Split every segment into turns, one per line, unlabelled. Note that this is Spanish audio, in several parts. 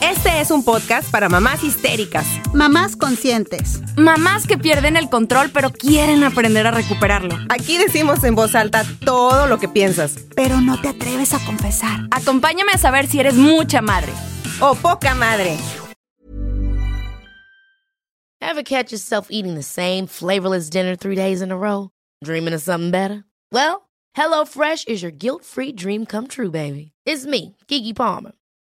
Este es un podcast para mamás histéricas.
Mamás conscientes.
Mamás que pierden el control pero quieren aprender a recuperarlo.
Aquí decimos en voz alta todo lo que piensas.
Pero no te atreves a confesar.
Acompáñame a saber si eres mucha madre.
O ¡Oh, poca madre.
Ever catch yourself eating the same flavorless dinner three days in a row? Dreaming of something better? Well, HelloFresh is your guilt-free dream come true, baby. It's me, Kiki Palmer.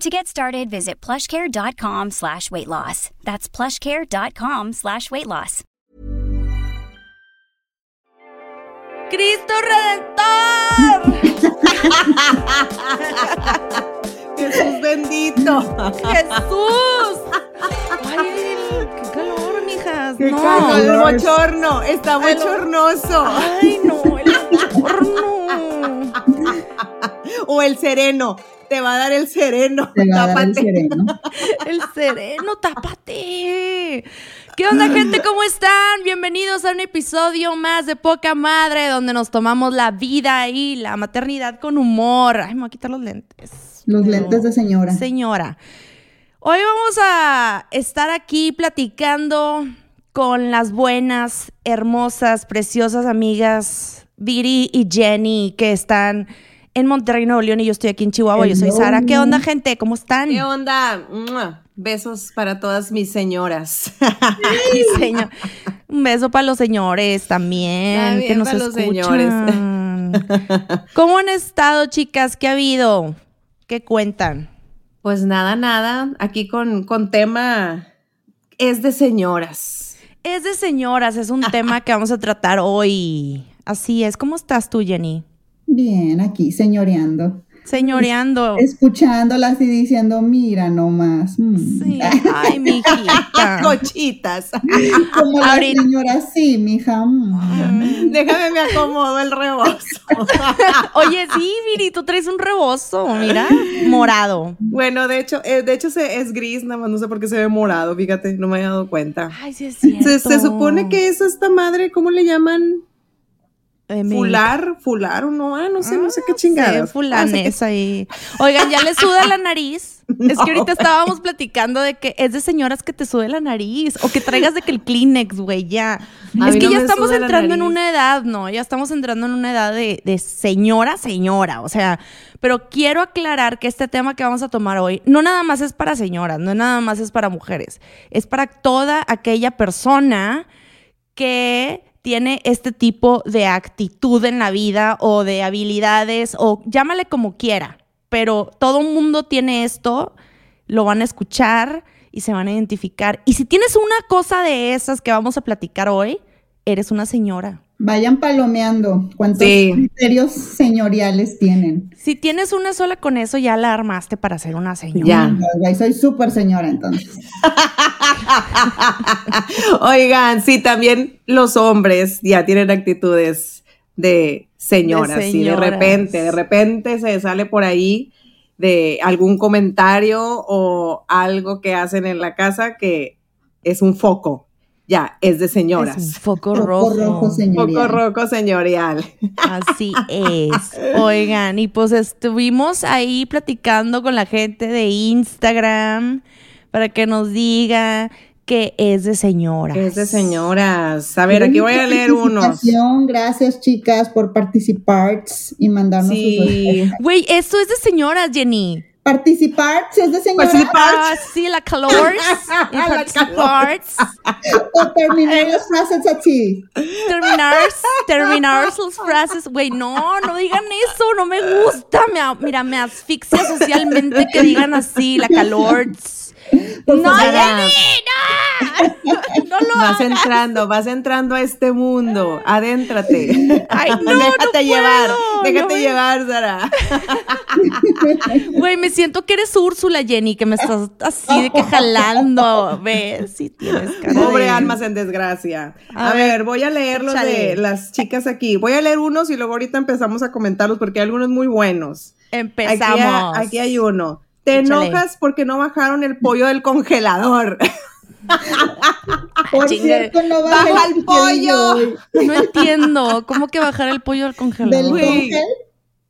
To get started, visit plushcare.com slash weight loss. That's plushcare.com slash weight loss.
¡Cristo Redentor!
Jesús bendito.
¡Jesús! ¡Ay, qué calor, mijas!
Qué
no.
calor, el bochorno. Está bochornoso.
¡Ay, no! ¡El horno!
O el sereno. Te va a dar el sereno.
Te va a dar el
Tápate.
sereno.
El sereno, tápate. ¿Qué onda, gente? ¿Cómo están? Bienvenidos a un episodio más de Poca Madre, donde nos tomamos la vida y la maternidad con humor. Ay, me voy a quitar los lentes.
Los
Pero-
lentes de señora.
Señora. Hoy vamos a estar aquí platicando con las buenas, hermosas, preciosas amigas Viri y Jenny que están en Monterrey, Nuevo León y yo estoy aquí en Chihuahua. Yo soy
Hello.
Sara. ¿Qué onda, gente? ¿Cómo están?
¿Qué onda? ¡Mua! Besos para todas mis señoras.
Sí, señor. Un beso para los señores también.
También
que nos
pa' los
escuchan. ¿Cómo han estado, chicas? ¿Qué ha habido? ¿Qué cuentan?
Pues nada, nada. Aquí con, con tema es de señoras.
Es de señoras, es un tema que vamos a tratar hoy. Así es. ¿Cómo estás tú, Jenny?
Bien, aquí, señoreando.
Señoreando.
Escuchándolas y diciendo, mira nomás. mm".
Sí. Ay, mijita.
Cochitas.
Como la
Ahorita-
señora, sí, mija. mm".
Déjame me acomodo el rebozo.
Oye, sí, Viri, tú traes un rebozo, mira, morado.
Bueno, de hecho, eh, de hecho se, es gris, nada más no sé por qué se ve morado, fíjate, no me había dado cuenta.
Ay, sí es
Se, se supone que es esta madre, ¿cómo le llaman? Fular, fular o no, ah, no sé, no sé qué
Eh, Sí,
chingadas. Ah, sí
fulanes ahí. Oigan, ¿ya les suda la nariz? Es que ahorita estábamos platicando de que es de señoras que te sude la nariz o que traigas de que el Kleenex, güey, ya.
A
es
mí
que
no
ya
me
estamos
suda la
entrando en
nariz.
una edad, ¿no? Ya estamos entrando en una edad de, de señora, señora, o sea, pero quiero aclarar que este tema que vamos a tomar hoy no nada más es para señoras, no nada más es para mujeres, es para toda aquella persona que tiene este tipo de actitud en la vida o de habilidades o llámale como quiera, pero todo el mundo tiene esto, lo van a escuchar y se van a identificar. Y si tienes una cosa de esas que vamos a platicar hoy, eres una señora.
Vayan palomeando cuántos
Sí.
criterios señoriales tienen.
Si tienes una sola con eso, ya la armaste para ser una señora.
Ya.
Ay, Soy súper señora entonces.
Oigan, sí, también los hombres ya tienen actitudes de señoras,
De
sí, de
señoras.
repente, de repente se sale por ahí de algún comentario o algo que hacen en la casa que es un foco, ya, es de señoras.
Es un foco
Foco
rojo.
rojo, señorial.
Poco roco señorial.
Así es. Oigan, y pues estuvimos ahí platicando con la gente de Instagram,
para que nos diga que es de señoras.
Es de señoras. A ver, aquí voy a leer unos.
Participación, Gracias, chicas, por participar y mandarnos sus
Sí.
respuestas.
Güey, esto es de señoras, Jenny.
Participar, si es de señora,
Ah, sí, la calor. y
La
participar,
o terminar las frases así.
terminar, terminar sus frases. Güey, no, no digan eso, no me gusta. Me, a- mira, me asfixia socialmente que digan así, la calor. No,
Por favor.
Jenny, no. No lo
Vas
hagas.
entrando, vas entrando a este mundo. Adéntrate.
Ay, no, no
déjate llevar,
puedo,
déjate
no me-
llevar, Sara.
Güey, me siento que eres Úrsula, Jenny, que me estás así de que jalando. Ve, sí tienes cara.
Pobre
de-
almas en desgracia.
A
A,
ver,
ver, voy a leer los
échale.
de las chicas aquí. Voy a leer unos y luego ahorita empezamos a comentarlos porque hay algunos muy buenos. Aquí,
Empezamos.
ha- aquí hay uno. Te
Échale.
enojas porque no bajaron el pollo del congelador.
Por
chinga.
cierto, no
Baja
baja
el pollo.
No entiendo. ¿Cómo que bajar el pollo al
Del
congelador?
Güey,
congel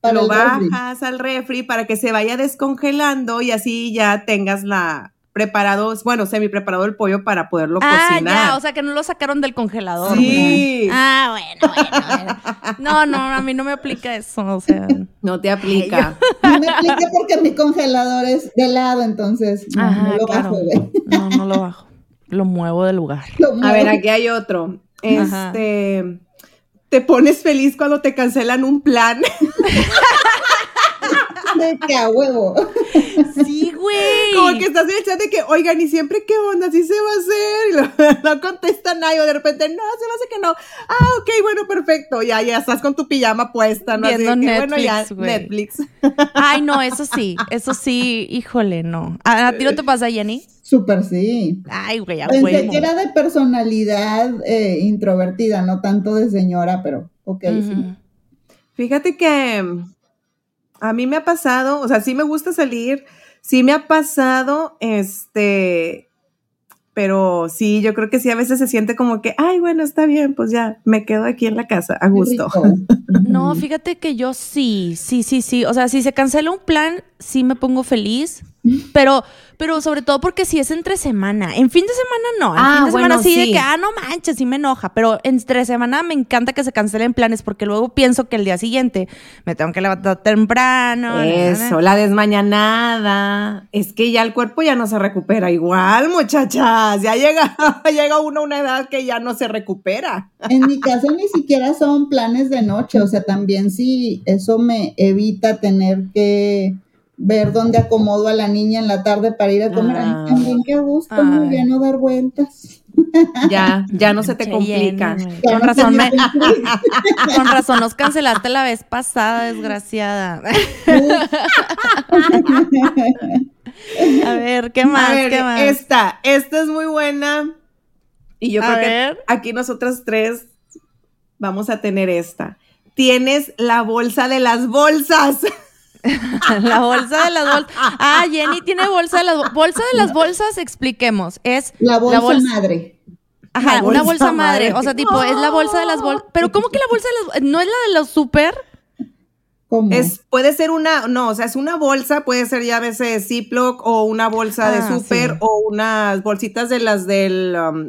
para
Lo
el refri.
bajas al refri para que se vaya descongelando y así ya tengas la preparado, bueno, semi preparado el pollo para poderlo
Ah,
cocinar.
ya, o sea que no lo sacaron del congelador.
sí.
güey. Ah, bueno, bueno, bueno. No, no, a mí no me aplica eso, o sea.
No te aplica.
No me explica porque mi congelador es de lado, entonces no,
Ajá,
no lo
claro.
bajo, güey.
No, no lo bajo. Lo muevo del lugar.
Lo
A
muevo.
ver, aquí hay otro.
Ajá.
Este, te pones feliz cuando te cancelan un plan.
De que a huevo.
Sí, güey.
Como que estás en el chat de que, oigan, ¿y siempre qué onda? ¿Sí se va a hacer? Y lo- no contesta nadie, o de repente, no, se va a hacer que no. Ah, ok, bueno, perfecto. Ya, ya estás con tu pijama puesta, ¿no? Así
Viendo
de que, bueno, ya,
Netflix, güey.
Netflix.
Ay, no, eso sí, eso sí, híjole, no. ¿A, a ti no te pasa, Jenny?
Súper sí.
Ay, güey, a
Pensé
huevo.
que era de personalidad eh, introvertida, no tanto de señora, pero ok, sí.
Ujú.
Fíjate que mm, a mí me ha pasado, o sea, sí me gusta salir, sí me ha pasado, este, pero sí, yo creo que sí, a veces se siente como que, ay, bueno, está bien, pues ya, me quedo aquí en la casa, a gusto.
No, fíjate que yo sí, sí, sí, sí. O sea, si se cancela un plan, sí me pongo feliz. Pero, pero sobre todo porque si es entre semana. En fin de semana no. En
Ah,
fin de semana
bueno,
sí, de
sí.
que, ah, no manches, sí me enoja. Pero entre semana me encanta que se cancelen planes porque luego pienso que el día siguiente me tengo que levantar temprano. na, na, na.
Eso, la desmañanada. Es que ya el cuerpo ya no se recupera igual, muchachas. Ya llega, llega uno a una edad que ya no se recupera.
En mi caso ni siquiera son planes de noche, o sea, también sí, eso me evita tener que ver dónde acomodo a la niña en la tarde para ir a comer. Ay,
Ah.
también qué gusto, muy
Ay.
bien, no dar vueltas.
Ya, ya no se te
Che,
complica.
Jenny, güey.
Ya
Con
no
razón, me,
sé si-
con razón nos cancelaste la vez pasada, desgraciada. A ver, ¿qué más?
a ver,
¿Qué más?
esta, esta es muy buena. Y yo
A
creo
ver.
que aquí nosotras tres vamos a tener esta. Tienes la bolsa de las bolsas.
La bolsa de las bolsas. Ah, Jenny tiene bolsa de las bolsas. Bolsa de las bolsas, expliquemos. Es
La bolsa
bolsa-
madre.
ajá,
La bolsa
una bolsa madre.
madre.
O sea, tipo, es la bolsa de las bolsas. Pero ¿cómo que la bolsa de las bolsas? ¿No es la de los super?
¿Cómo?
Es, puede ser una, no, o sea, es una bolsa, puede ser ya a veces Ziploc o una bolsa
Ah,
de súper
sí.
o unas bolsitas de las de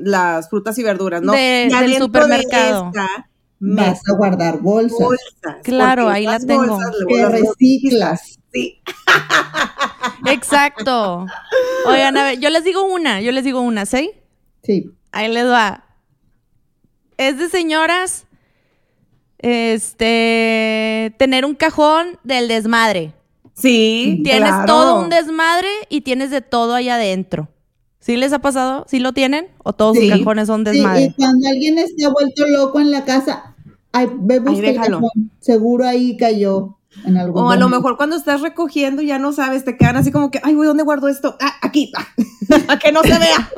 las frutas y verduras, ¿no?
De-
Ya
del
dentro
supermercado.
De esta,
Vas
metes
a guardar bolsas
bolsas,
Claro,
porque
ahí la
esas
tengo.
luego
que
las bolsas,
reciclas.
sí.
Exacto. Oigan, a ver, yo les digo una, yo les digo una, ¿sí?
Sí.
Ahí les va. Es de señoras. Este. Tener un cajón del desmadre.
Sí,
Tienes
claro.
todo un desmadre y tienes de todo allá adentro. ¿Sí les ha pasado? ¿Sí lo tienen? ¿O todos
Sí.
sus cajones son
Sí,
desmadre?
y cuando alguien está vuelto loco en la casa, ay, ve busca el
déjalo.
cajón. Seguro ahí cayó en algún
O a lo
momento.
mejor cuando estás recogiendo ya no sabes, te quedan así como que, ay, güey, ¿dónde guardo esto? Ah, aquí, a que no se vea.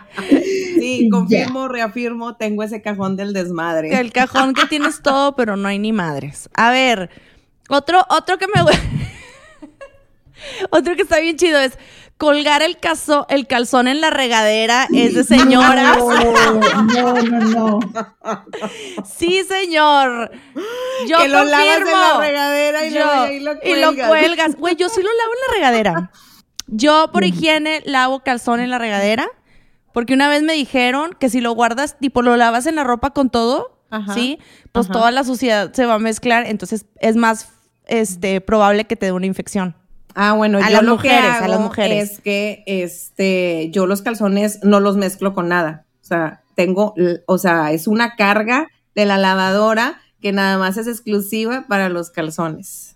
sí, confirmo, reafirmo, tengo ese cajón del desmadre.
Que El cajón que tienes todo, pero no hay ni madres. A ver, otro, otro que me otro que está bien chido es colgar el caso, el calzón en la regadera, es de señoras.
No, no, no.
Sí, señor. Yo
que lo lavas en la
confirmo.
regadera y,
Yo-
luego ahí lo
y
cuelgas.
cuelgas. Güey, yo sí lo lavo en la regadera. Yo
Mm.
por higiene lavo calzón en la regadera, porque una vez me dijeron que si lo guardas, tipo lo lavas en la ropa con todo,
Ajá,
¿sí? Pues
ajá.
toda la suciedad se va a mezclar, entonces es más este, probable que te dé una infección.
Ah, bueno,
A
yo
las
lo que
mujeres, a
hago
las mujeres.
es que este, yo los calzones no los mezclo con nada. O sea, tengo, l- o sea, es una carga de la lavadora que nada más es exclusiva para los calzones.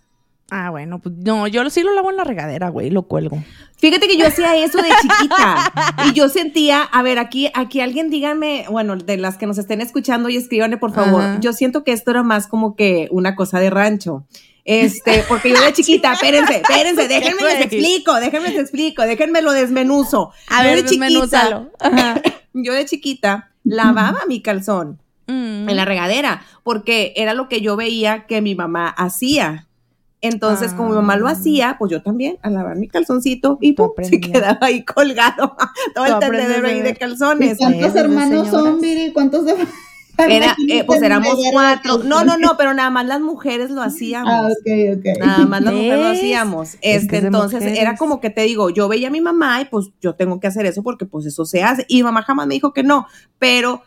Ah, bueno, pues no, yo lo- sí lo lavo en la regadera, güey, lo cuelgo.
Fíjate que yo hacía eso de chiquita y yo sentía, a ver, aquí, aquí alguien díganme, bueno, de las que nos estén escuchando y escríbanle, por favor,
Ajá.
yo siento que esto era más como que una cosa de rancho. Este, porque yo de chiquita, espérense, espérense, déjenme les
Güey.
explico, déjenme les explico, déjenme lo desmenuzo.
A
Yo
ver,
de chiquita-
desmenúzalo. Ajá.
yo de chiquita lavaba mi calzón
Mm.
en la regadera porque era lo que yo veía que mi mamá hacía. Entonces, como mi mamá lo
Ah.
hacía, pues yo también a lavar mi calzoncito y
Tú
pum, se
aprendías.
quedaba ahí colgado todo
Tú
el
aprendes
tendedero
de
ahí de
ver.
calzones.
¿Y ¿Cuántos
de
hermanos son,
señoras.
Viri? ¿Cuántos de...
Era, eh, pues éramos
Imagínate,
cuatro.
me
No,
dieron
no, no, pero nada más las mujeres lo hacíamos.
Ah, ok, ok.
Nada más las mujeres lo
¿Ves?
hacíamos.
Es
Este,
que es de
entonces era
mujeres.
como que te digo, yo veía a mi mamá y pues yo tengo que hacer eso porque pues eso se hace. Y mamá jamás me dijo que no, pero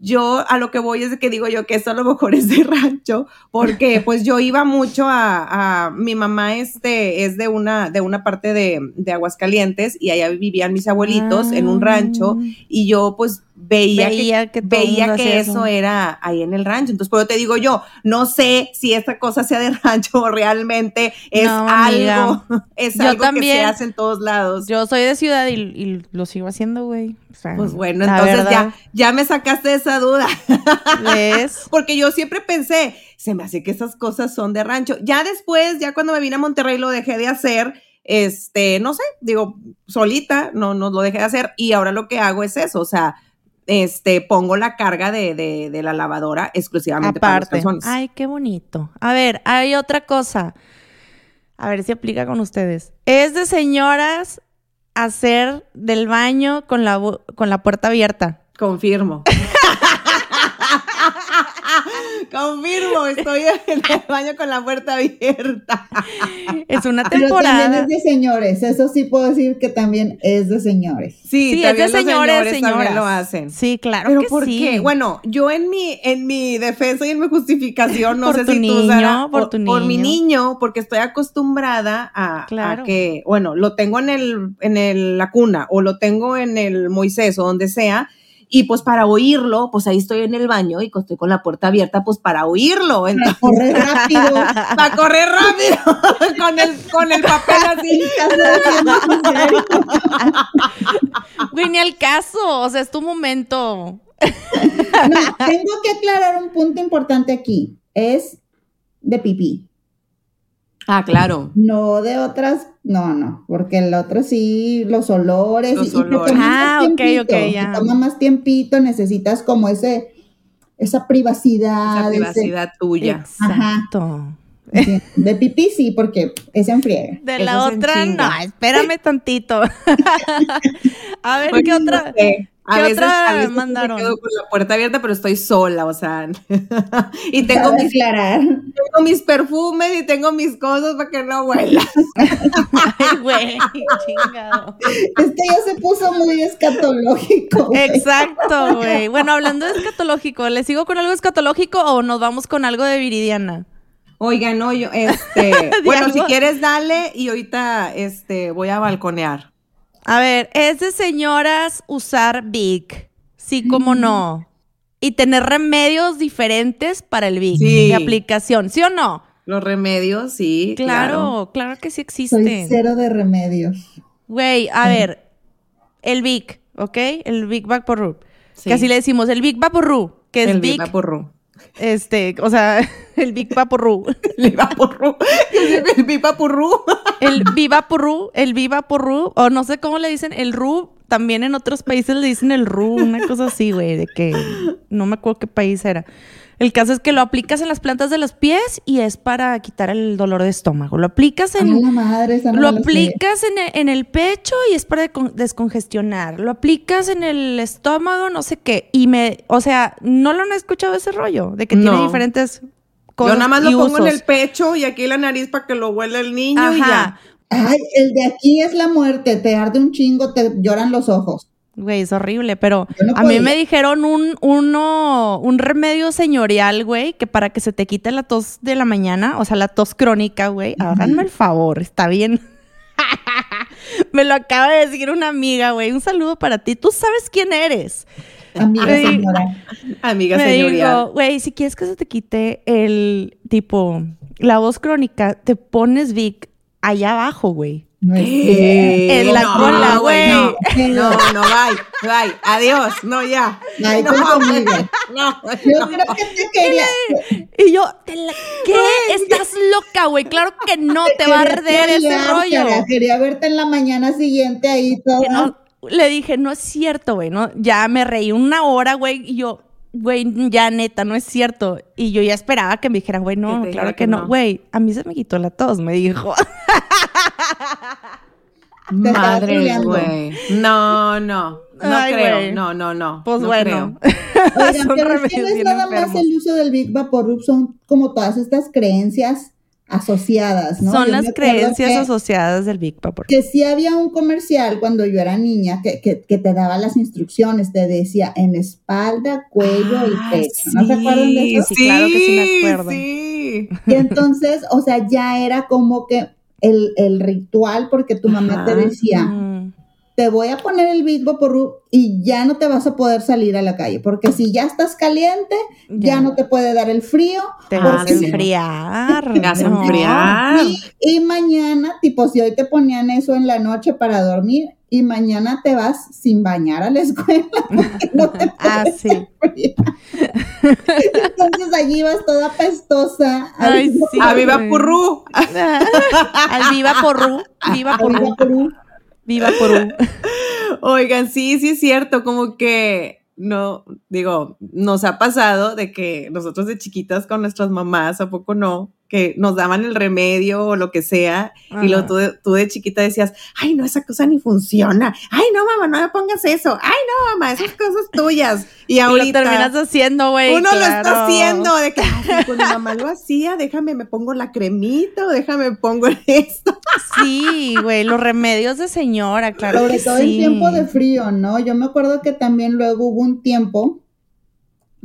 yo a lo que voy es de que digo yo que eso a lo mejor es de rancho, porque pues yo iba mucho a, a- mi mamá este es de una, de una parte de, de Aguascalientes y allá vivían mis abuelitos en
Ah.
un rancho y yo pues veía, que
Veía que, todo el
veía
mundo
que
hacía
eso era ahí en el rancho. Entonces, pero te digo yo, no sé si esta cosa sea de rancho o realmente es
No, amiga.
algo, es
Yo
algo que se
también.
hace en todos lados.
Yo soy de ciudad y, y lo sigo haciendo, güey. O sea,
pues bueno,
la
entonces
verdad,
ya, ya me sacaste esa duda.
¿Ves?
Porque yo siempre pensé, se me hace que esas cosas son de rancho. Ya después, ya cuando me vine a Monterrey lo dejé de hacer, este, no sé, digo, solita, no, no lo dejé de hacer y ahora lo que hago es eso, o sea, este, pongo la carga de, de, de la lavadora exclusivamente
Aparte.
para los calzones.
Ay, qué bonito. A ver, hay otra cosa. A ver si aplica con ustedes. Es de señoras hacer del baño con la, bu- con la puerta abierta.
Confirmo. Confirmo, estoy en el baño con la puerta abierta.
Es una
Ah,
Pero
temporada.
también es de señores, eso sí puedo decir que también es de señores.
Sí,
Sí, es
también
de
los
señores,
también
señoras.
lo hacen.
Sí, claro
Pero
que
¿por
sí.
qué? Bueno, yo en mi, en mi defensa y en mi justificación, no
Por
sé
tu
si tú,
niño,
Sara,
por tu
mi
niño.
niño, porque estoy acostumbrada a, a
Claro.
que, bueno, lo tengo en el, en el- la cuna o lo tengo en el Moisés o donde sea. Y pues para oírlo, pues ahí estoy en el baño y estoy con la puerta abierta, pues para oírlo. Entonces,
Correr rápido.
para correr rápido con el, con el papel así. ah,
Güey, ni al caso. O sea, es tu momento.
No, tengo que aclarar un punto importante aquí. Es de pipí,
Ah, claro.
no de otras, no, no, porque el otro sí, los olores.
Los
y- y te
olores.
toma más
Ah, ok,
tiempito,
ok, ya.
Te toma más tiempito, necesitas como ese, esa privacidad.
Ah,
Esa
ese-
privacidad tuya.
Exacto.
Sí, De pipí sí, porque es en friega.
De
Eso
la
es en
otra, no,
chinga.
espérame tantito. A ver, ¿qué
Oye, no
otra?
sé. A
qué
veces,
otra
a veces sí me
mandaron?
quedo con la puerta abierta, pero estoy sola, o sea. y tengo
Cabe
mis,
aclarar.
tengo mis perfumes y tengo mis cosas para que no huela.
Ay, güey, chingado.
Este ya se puso muy escatológico. güey.
Exacto, güey. Bueno, hablando de escatológico, ¿le sigo con algo escatológico o nos vamos con algo de viridiana?
Oiga, no, yo, este.
Di
bueno,
algo.
si quieres, dale y ahorita este, voy a balconear.
A ver, es de señoras usar Big. Sí, como no. Y tener remedios diferentes para el Big
Sí.
de aplicación, ¿sí o no?
Los remedios, sí. Claro.
Claro, claro, que sí existen.
Soy cero de remedios.
Güey, a ver, el Big, ¿ok? El Big Vaporru.
Sí.
Que así le decimos, el Big Vaporru, que es
El
Big,
Viva Porru.
este, o sea, el Big Vaporru.
El Viva Porru. El Viva Porru.
El Viva Porru, el Viva Porru, o no sé cómo le dicen, el Ru, también en otros países le dicen el Ru, una cosa así, güey, de que no me acuerdo qué país era. El caso es que lo aplicas en las plantas de los pies y es para quitar el dolor de estómago. Lo aplicas
A
en,
la madre, esa no
Mm. Lo
me la sabía.
aplicas en el, en el pecho y es para decon- descongestionar. Lo aplicas en el estómago, no sé qué. Y me, o sea, no lo han escuchado ese rollo de que tiene
No.
diferentes
Yo
cosas.
nada más lo
y
pongo en
usos.
el pecho y aquí en la nariz para que lo huela el niño y ya.
Ajá.
Ay, el de aquí es la muerte, te arde un chingo, te lloran los ojos.
Güey, es horrible, pero
Yo no
a mí
podía.
me dijeron un, uno, un remedio señorial, güey, que para que se te quite la tos de la mañana, o sea, la tos crónica, güey, háganme el favor, está bien. me lo acaba de decir una amiga, güey, un saludo para ti, tú sabes quién eres.
Amiga
Ay.
señora.
Amiga
me
señoría.
dijo, güey, si quieres que se te quite el tipo, la voz crónica, te pones Vic allá abajo, güey.
No es
Eh,
En la cola,
No,
güey.
no, no, bye, bye. Adiós. No, ya.
Ay,
no,
como
güey.
amiga.
No,
Yo
no.
creo que te quería.
Y yo, te la- ¿qué? Estás loca, güey. Claro que no, te va a arder ese rollo.
rollo. Quería verte en la mañana siguiente ahí todo.
Que no- le dije, no es cierto, güey. No, ya me reí una hora, güey. Y yo, güey, ya neta, no es cierto. Y yo ya esperaba que me dijeran, güey,
Que
no,
te dijera
claro
que
que no.
no.
Güey, a mí se me quitó la tos, me dijo.
Te estaba
Madre,
troleando.
güey. No, no. No
Ay,
creo.
güey.
No, no, no.
Pues
no
bueno.
creo.
Oigan,
Son
pero es que
remedios
no es
bien
nada
enfermos.
más el uso del Big Vaporub, son como todas estas creencias asociadas, ¿no?
Son
Yo
las
me acuerdo
creencias
que-
asociadas del Big Papo.
Que sí había un comercial cuando yo era niña que, que, que te daba las instrucciones, te decía en espalda, cuello
Ah,
y pecho. ¿No se acuerdan de eso?
Sí, claro que sí me acuerdo.
sí.
Y entonces, o sea, ya era como que el, el ritual, porque tu mamá te
Ajá.
decía,
Mm.
te voy a poner el Big Vaporub y ya no te vas a poder salir a la calle, porque si ya estás caliente, ya,
Ya.
no te puede dar el frío.
Te
Ah,
vas a
sí.
enfriar.
Te vas a
no.
enfriar.
Y, y mañana, tipo, si hoy te ponían eso en la noche para dormir y mañana te vas sin bañar a la escuela, porque no te
Ah, sí.
fría. Entonces allí vas toda pestosa.
Ay, sí.
A viva
güey.
Purrú.
Al viva porru. Viva porru. Viva porru.
Oigan, sí, sí es cierto, como que no, digo, nos ha pasado de que nosotros de chiquitas con nuestras mamás, ¿a poco no? Que nos daban el remedio o lo que sea, y luego tú de, tú de chiquita decías, ay, no, esa cosa ni funciona, ay, no, mamá, no me pongas eso, ay, no, mamá, esas cosas tuyas. Y
Y lo
ahorita
terminas haciendo, güey.
uno lo está
claro.
haciendo, de que, "Ay, sí, pues mi mamá lo hacía, déjame, me pongo la cremita, o déjame, pongo esto.
Sí, güey, los remedios de señora, claro.
Sobre
que
todo
sí.
en tiempo de frío, ¿no? Yo me acuerdo que también luego hubo un tiempo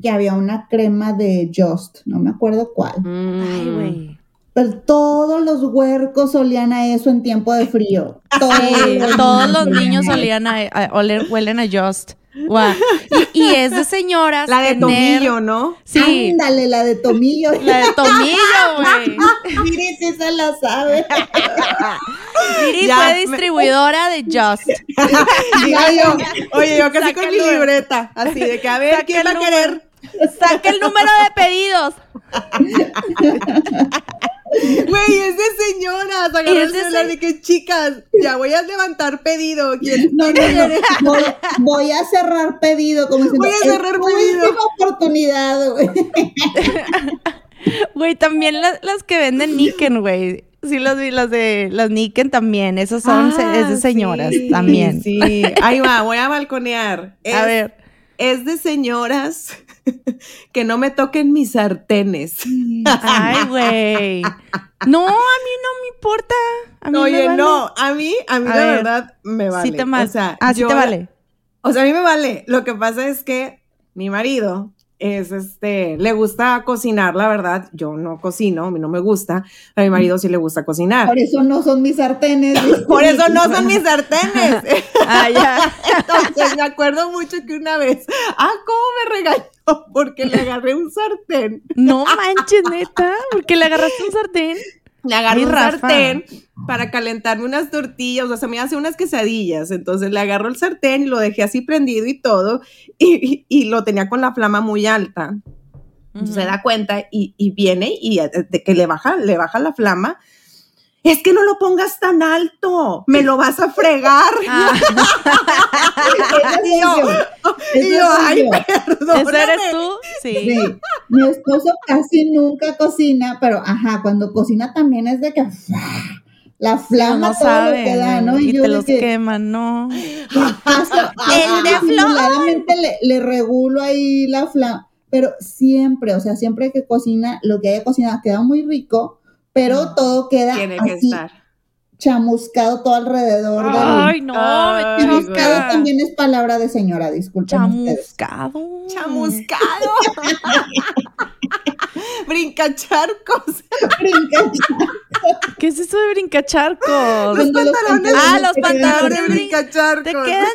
que había una crema de Just, no me acuerdo cuál.
Ay, güey.
Pero todos los huercos olían a eso en tiempo de frío. Todos,
Sí,
los
todos los niños
olían a eso.
olían a, a- oler- huelen a Just. Guau. Y, y es de señoras.
La de
tener-
tomillo, ¿no?
Sí,
Ándale, la de Tomillo.
la de tomillo, güey.
Mire, si se la sabe.
Siri
Ya,
fue
me-
distribuidora de Just.
Digo yo, oye, yo casi
Saca
con
el
mi
número.
libreta, así de que a
Saca
ver, ¿quién
el
va a
número.
querer?
Saca el número de pedidos.
Güey, es de señoras, agarrar
Es
el
de
celular
se-
de que chicas, ya voy a levantar pedido. ¿Quién?
No, no, no. Voy, voy a cerrar pedido. Como diciendo,
Voy a
"Es
cerrar
tu
pedido".
última oportunidad, güey.
Güey, también la- las que venden Niken, güey. Sí, las vi, las de las Niken también. Esas son se- es de señoras
Ah, sí,
también.
Sí, ahí va, voy a balconear. Es,
A ver.
Es de señoras que no me toquen mis sartenes.
Ay, güey. No, a mí no me importa. A mí me
Oye,
vale.
no, a mí, a mí
A
la
ver,
verdad me vale.
Sí te vale.
O sea,
ah, sí
yo-
te vale.
O sea, a mí me vale. Lo que pasa es que mi marido es este, le gusta cocinar, la verdad. Yo no cocino, a mí no me gusta. A mi marido sí le gusta cocinar.
Por eso no son mis sartenes.
Por eso no son mis sartenes.
Ah, ya.
Entonces me acuerdo mucho que una vez, ah, cómo me regañó porque le agarré un sartén.
No manches, neta. Porque le agarraste un sartén.
Le agarré
Ay,
un
Rafa.
sartén para calentarme unas tortillas, o sea, me hace unas quesadillas. Entonces le agarró el sartén y lo dejé así prendido y todo, y, y- y lo tenía con la flama muy alta. Se da cuenta y, y viene y eh, de que le baja, le baja la flama. Es que no lo pongas tan alto, me lo vas a fregar.
Ah,
Y yo,
Eso
y yo,
soy
ay,
yo".
¿Eso eres
perdóname.
tú? Sí.
Sí. Mi esposo casi nunca cocina, pero ajá, cuando cocina también es de que ¡fua! la
No,
flama
no
todo lo que da,
saben.
¿no?
Y,
yo
te
de
los
que-
queman, no.
paso-
¡El de
paso
flor!
disimuladamente le, le regulo ahí la flama, pero siempre, o sea, siempre que cocina, lo que haya cocinado queda muy rico, pero todo queda
Tiene que
así
estar.
chamuscado todo alrededor del-
Ay, no,
Ay,
me
güey.
Chamuscado
choca.
también es palabra de señora, disculpen ustedes.
Chamuscado.
Chamuscado. Brincacharcos.
Brinca-
¿Qué es eso de brincacharcos?
Cuando los
pantalones.
Ah, los
te quedan
pantalones
de
así.
brincacharcos.
Te quedan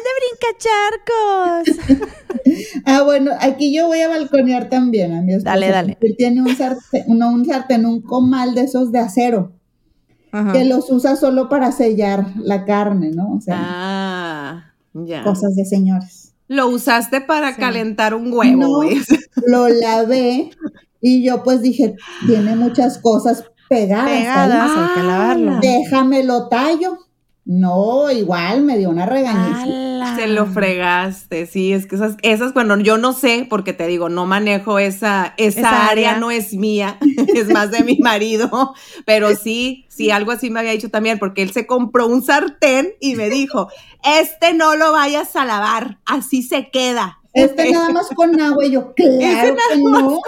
de brincacharcos.
Ah, bueno, aquí yo voy a balconear también a mi esposo.
Dale, dale.
Él tiene un sartén, no, un sartén, un comal de esos de acero,
Ajá.
que los usa solo para sellar la carne, ¿no? O sea,
Ah, ya.
cosas de señores.
Lo usaste para calentar un huevo,
No.
güey.
Lo lavé y yo pues dije, tiene muchas cosas pegadas. ahí.
Pegadas, hay que lavarlo.
Déjame lo tallo. No, igual me dio una regañiza.
Ala.
Se lo fregaste, sí, es que esas, esas cuando yo no sé, porque te digo, no manejo esa, esa,
Esa
área.
área.
no es mía, es más de mi marido, pero sí, sí, algo así me había dicho también, porque él se compró un sartén y me dijo, este no lo vayas a lavar, así se queda.
Este nada más con agua y yo, claro que no.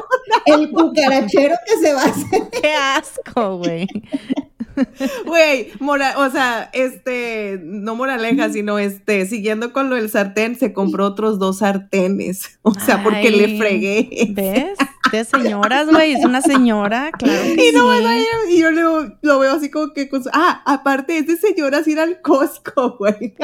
El cucarachero que se va a hacer.
Qué asco, güey.
Güey, mora- o sea, este, no moraleja, sino este, siguiendo con lo del sartén, se compró otros dos sartenes, o sea, porque
Ay,
le fregué.
¿Ves? De señoras, güey. Es una señora, claro que
Y no
sí.
van a ir, y yo lo, lo veo así como que con su- ah, aparte es de señoras ir al Costco, güey.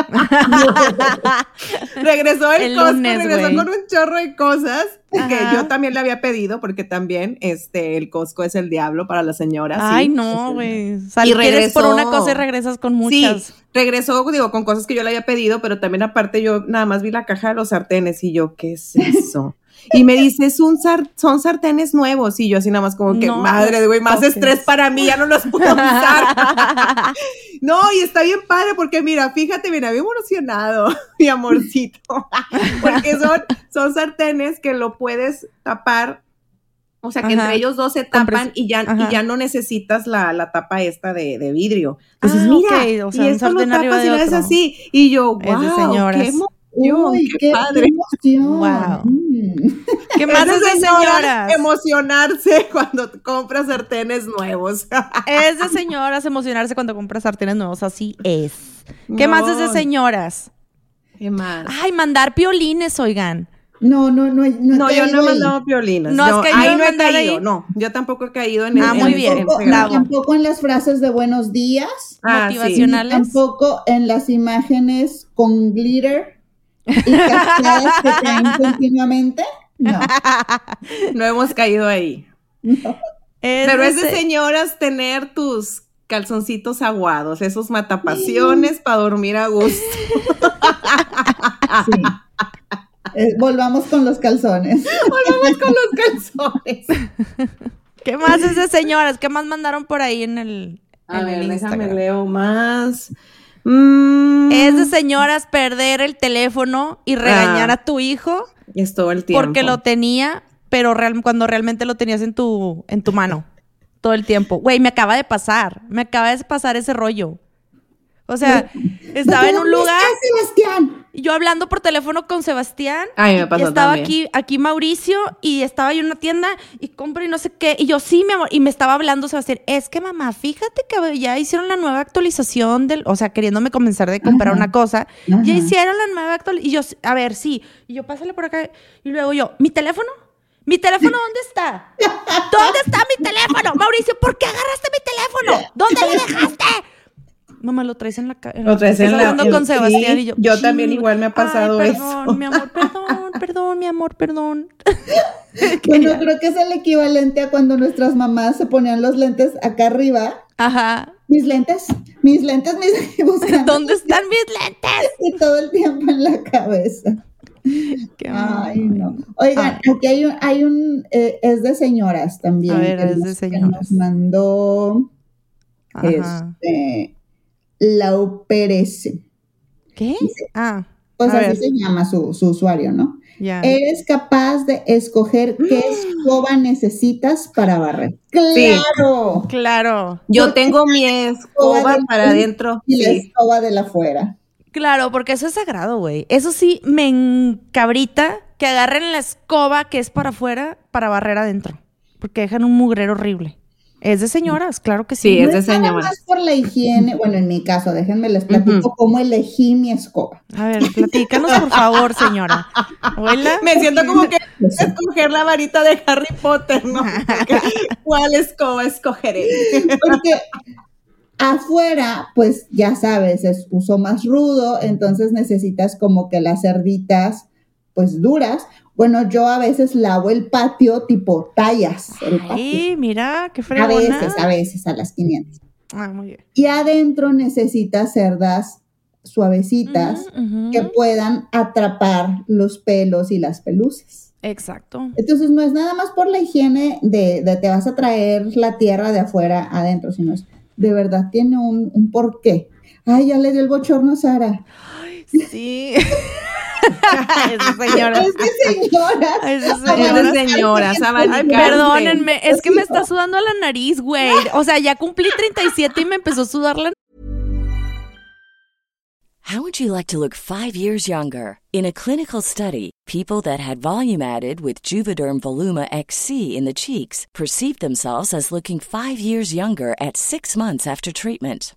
regresó el,
El
Costco,
lunes,
regresó
güey.
con un chorro de cosas
Ajá.
que yo también le había pedido porque también este el Costco es el diablo para las señoras. sí.
Ay, no, güey. O sea,
Y
quieres por
regresó.
una cosa y regresas con muchas.
Sí, regresó, digo, con cosas que yo le había pedido, pero también aparte yo nada más vi la caja de los sartenes y yo, ¿qué es eso? Y me dice, es un sar- son sartenes nuevos. Y yo así nada más como que,
No
madre,
los
güey, más
toques.
estrés para mí, ya no los puedo usar. no, y está bien padre porque mira, fíjate, mira, bien emocionado, mi amorcito. porque son, son sartenes que lo puedes tapar. O sea, que
Ajá.
entre ellos dos se
Con
tapan
pres-
y ya,
Ajá.
y ya no necesitas la, la tapa esta de, de vidrio. Entonces,
Ah,
mira,
ok, o sea,
y
un
esto lo
sartén arriba
tapas y
de
lo ves
otro.
así. Y yo,
Es de
wow,
señoras.
qué emoción,
Uy,
qué, padre.
emoción.
Wow.
Mm.
¿Qué más es
Esas
de
señoras
señoras?
Emocionarse cuando compras sartenes nuevos.
Es de señoras emocionarse cuando compras sartenes nuevos. Así es. ¿Qué más es de
No.
señoras?
¿Qué más?
Ay, mandar piolines, oigan.
No, no, no.
No, yo no he
he
mandado violines.
No,
No,
has caído
ahí
en
no he
mandar
caído.
ahí.
No, yo tampoco he caído en
Ah,
en-
muy
en-
bien,
en-
Tampoco,
bravo.
tampoco en las frases de buenos días,
Ah, sí.
Motivacional. ¿Tales?
tampoco en las imágenes con glitter y cascadas que caen continuamente. No,
No hemos caído ahí.
no.
Pero es de
se-
señoras tener tus calzoncitos aguados, esos matapasiones para dormir a gusto.
Sí. Eh, volvamos con los calzones.
Volvamos con los calzones.
¿Qué más es de señoras? ¿Qué más mandaron por ahí en el,
A
en
ver,
el
déjame
Instagram?
leo más. Mm,
Es de señoras perder el teléfono y regañar
Ah.
a tu hijo
es todo el tiempo.
porque lo tenía, pero real- cuando realmente lo tenías en tu, en tu mano todo el tiempo. Güey, me acaba de pasar, me acaba de pasar ese rollo. O sea, estaba en un
¿Dónde
lugar,
está Sebastián?
yo hablando por teléfono con Sebastián,
Ay, me
y
pasó
estaba
también.
aquí, aquí Mauricio, y estaba yo en una tienda, y compro y no sé qué, y yo, sí, mi amor, y me estaba hablando Sebastián, es que mamá, fíjate que ya hicieron la nueva actualización del, o sea, queriéndome comenzar de comprar
Ajá.
una cosa,
Ajá.
ya hicieron la nueva actualización, y yo, a ver, sí, y yo, pásale por acá, y luego yo, ¿mi teléfono? ¿Mi teléfono dónde está? ¿Dónde está mi teléfono? Mauricio, ¿por qué agarraste mi teléfono? ¿Dónde lo dejaste? Mamá, lo traes en la cara.
Lo traes en la-
Hablando
en-
con Sebastián
sí,
y yo.
yo también
"Chin,
igual me ha
ay,
pasado eso".
Perdón, mi amor, perdón, perdón, mi amor, perdón.
Bueno, creo que es el equivalente a cuando nuestras mamás se ponían los lentes acá arriba.
Ajá.
Mis lentes, mis lentes, mis buscando
¿Dónde están mis lentes?
y todo el tiempo en la cabeza.
Qué
Ah,
Ay, no. Oigan, aquí hay un, hay un eh, es de señoras también.
A ver,
que
es de
nos- que
señoras.
Nos mandó
Ajá.
este, Lau Pérez.
¿Qué? Ah,
Pues
A
así
ver.
se llama su, su usuario, ¿no?
ya.
Eh,
Eres capaz de escoger qué escoba necesitas para barrer. ¡Claro!
Claro.
Yo tengo mi escoba
del
para
fin
adentro.
Y la
Sí.
escoba de la afuera.
Claro, porque eso es sagrado, güey. Eso sí, me encabrita que agarren la escoba que es para afuera para barrer adentro. Porque dejan un mugrero horrible. Es de señoras, claro que sí.
Sí, es de
es nada
señoras.
más por la higiene, bueno, en mi caso, déjenme les platico cómo elegí mi escoba.
A ver, platícanos por favor, señora. Abuela.
Me siento como que escoger la varita de Harry Potter, ¿no? Porque, ¿Cuál escoba escogeré?
Porque afuera, pues ya sabes, es uso más rudo, entonces necesitas como que las cerditas, pues duras. Bueno, yo a veces lavo el patio tipo tallas, el patio.
Ay, mira, qué
A
fregona.
veces, a veces, a las 500.
Ah, muy bien.
Y adentro necesitas cerdas suavecitas
Ujú, ujú.
que puedan atrapar los pelos y las pelusas.
Exacto.
Entonces no es nada más por la higiene de, de te vas a traer la tierra de afuera adentro, sino es de verdad tiene un, un porqué. Ay, ya le dio el bochorno a Sara.
Sí. Esa señora.
Es que señora.
Esa
Es
señora.
de señoras,
Ay,
Ay,
abanicante.
perdónenme, es que me está sudando la nariz, güey. O sea, ya cumplí 37 y me empezó a sudar la
How would you like to look five years younger? In a clinical study, people that had volume added with Juvederm Voluma XC in the cheeks perceived themselves as looking five years younger at six months after treatment.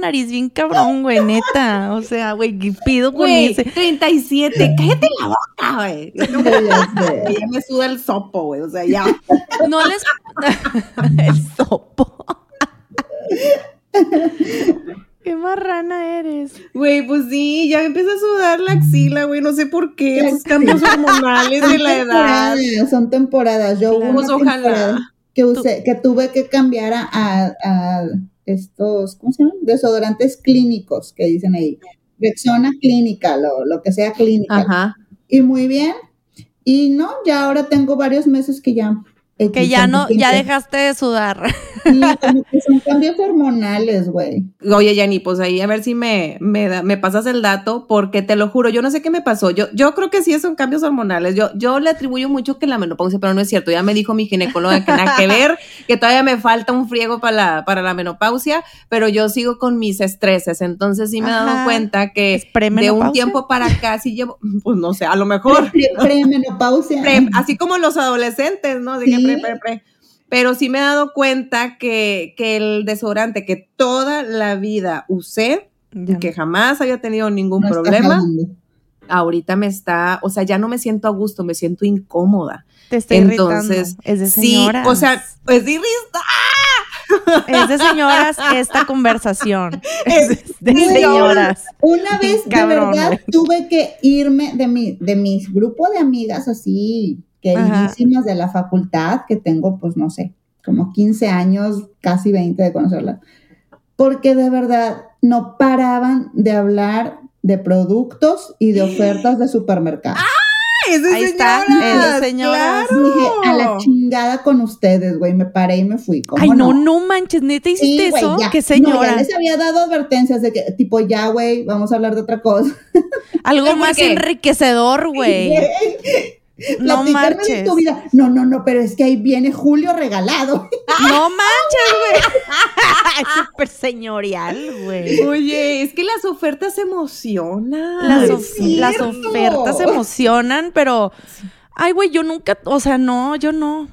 nariz bien cabrón, güey, neta. O sea, güey, ¿qué pido con
Güey,
ese?
37, cállate la boca, güey. Yo no- Ya me suda el sopo, güey, o sea, ya.
No les. El sopo. Qué marrana eres.
Güey, pues sí, ya me empieza a sudar la axila, güey, no sé por qué, esos cambios hormonales de
Son
la edad.
temporadas, son temporadas. Yo hubo
Pues
una
ojalá.
temporada que usé, que tuve que cambiar a, a- a estos, ¿cómo se llaman? Desodorantes clínicos que dicen ahí. Rexona clínica, lo, lo que sea clínica.
Ajá.
y muy bien. Y no, ya ahora tengo varios meses que ya.
Que ya no, ya dejaste de sudar.
Sí, como que son cambios hormonales, güey.
Oye, Yanni, pues ahí a ver si me, me, da- me pasas el dato, porque te lo juro, yo no sé qué me pasó. Yo, yo creo que sí son cambios hormonales. Yo, yo le atribuyo mucho que la menopausia, pero no es cierto. Ya me dijo mi ginecóloga que nada que ver, que todavía me falta un friego para la, para la menopausia, pero yo sigo con mis estreses. Entonces sí me he
Ajá.
dado cuenta
¿Es
que de
premenopausia?
un tiempo para acá sí llevo, pues no sé, a lo mejor.
Pre- Premenopausia.
pre- así como los adolescentes, ¿no? De que
Sí.
pre, pre, pre. Pero sí me he dado cuenta que, que el desodorante que toda la vida usé,
Ya no.
que jamás había tenido ningún
No está
problema,
jalando.
ahorita me está, o sea, ya no me siento a gusto, me siento incómoda.
Te está
Entonces,
irritando. Es de
sí,
señoras.
o sea, es irrita.
Es de señoras esta conversación. Es de
Güey,
señoras.
Una vez,
Cabrón,
de verdad,
güey.
tuve que irme de mi, de mi grupo de amigas así, queridísimas de la facultad, que tengo, pues no sé, como 15 años, casi 20 de conocerlas. Porque de verdad no paraban de hablar de productos y de ofertas de supermercados.
Es de
Ahí está, es de señoras.
claro.
Dije, a la chingada con ustedes, güey. Me paré y me fui. ¿cómo
Ay, no, no manches, neta hiciste
Sí, güey,
eso.
ya.
Qué
No, ya
señora.
les había dado advertencias de que, tipo, ya, güey, vamos a hablar de otra cosa.
Algo
¿Por
más
qué?
enriquecedor, güey. No
Platícame de
marches.
tu vida. No, no, no, pero es que ahí viene Julio regalado.
No manches, güey. Súper señorial, güey.
Oye, es que las ofertas emocionan.
Las,
es
of- las
cierto.
ofertas emocionan, pero Ay, güey, yo nunca, o sea, no, yo no.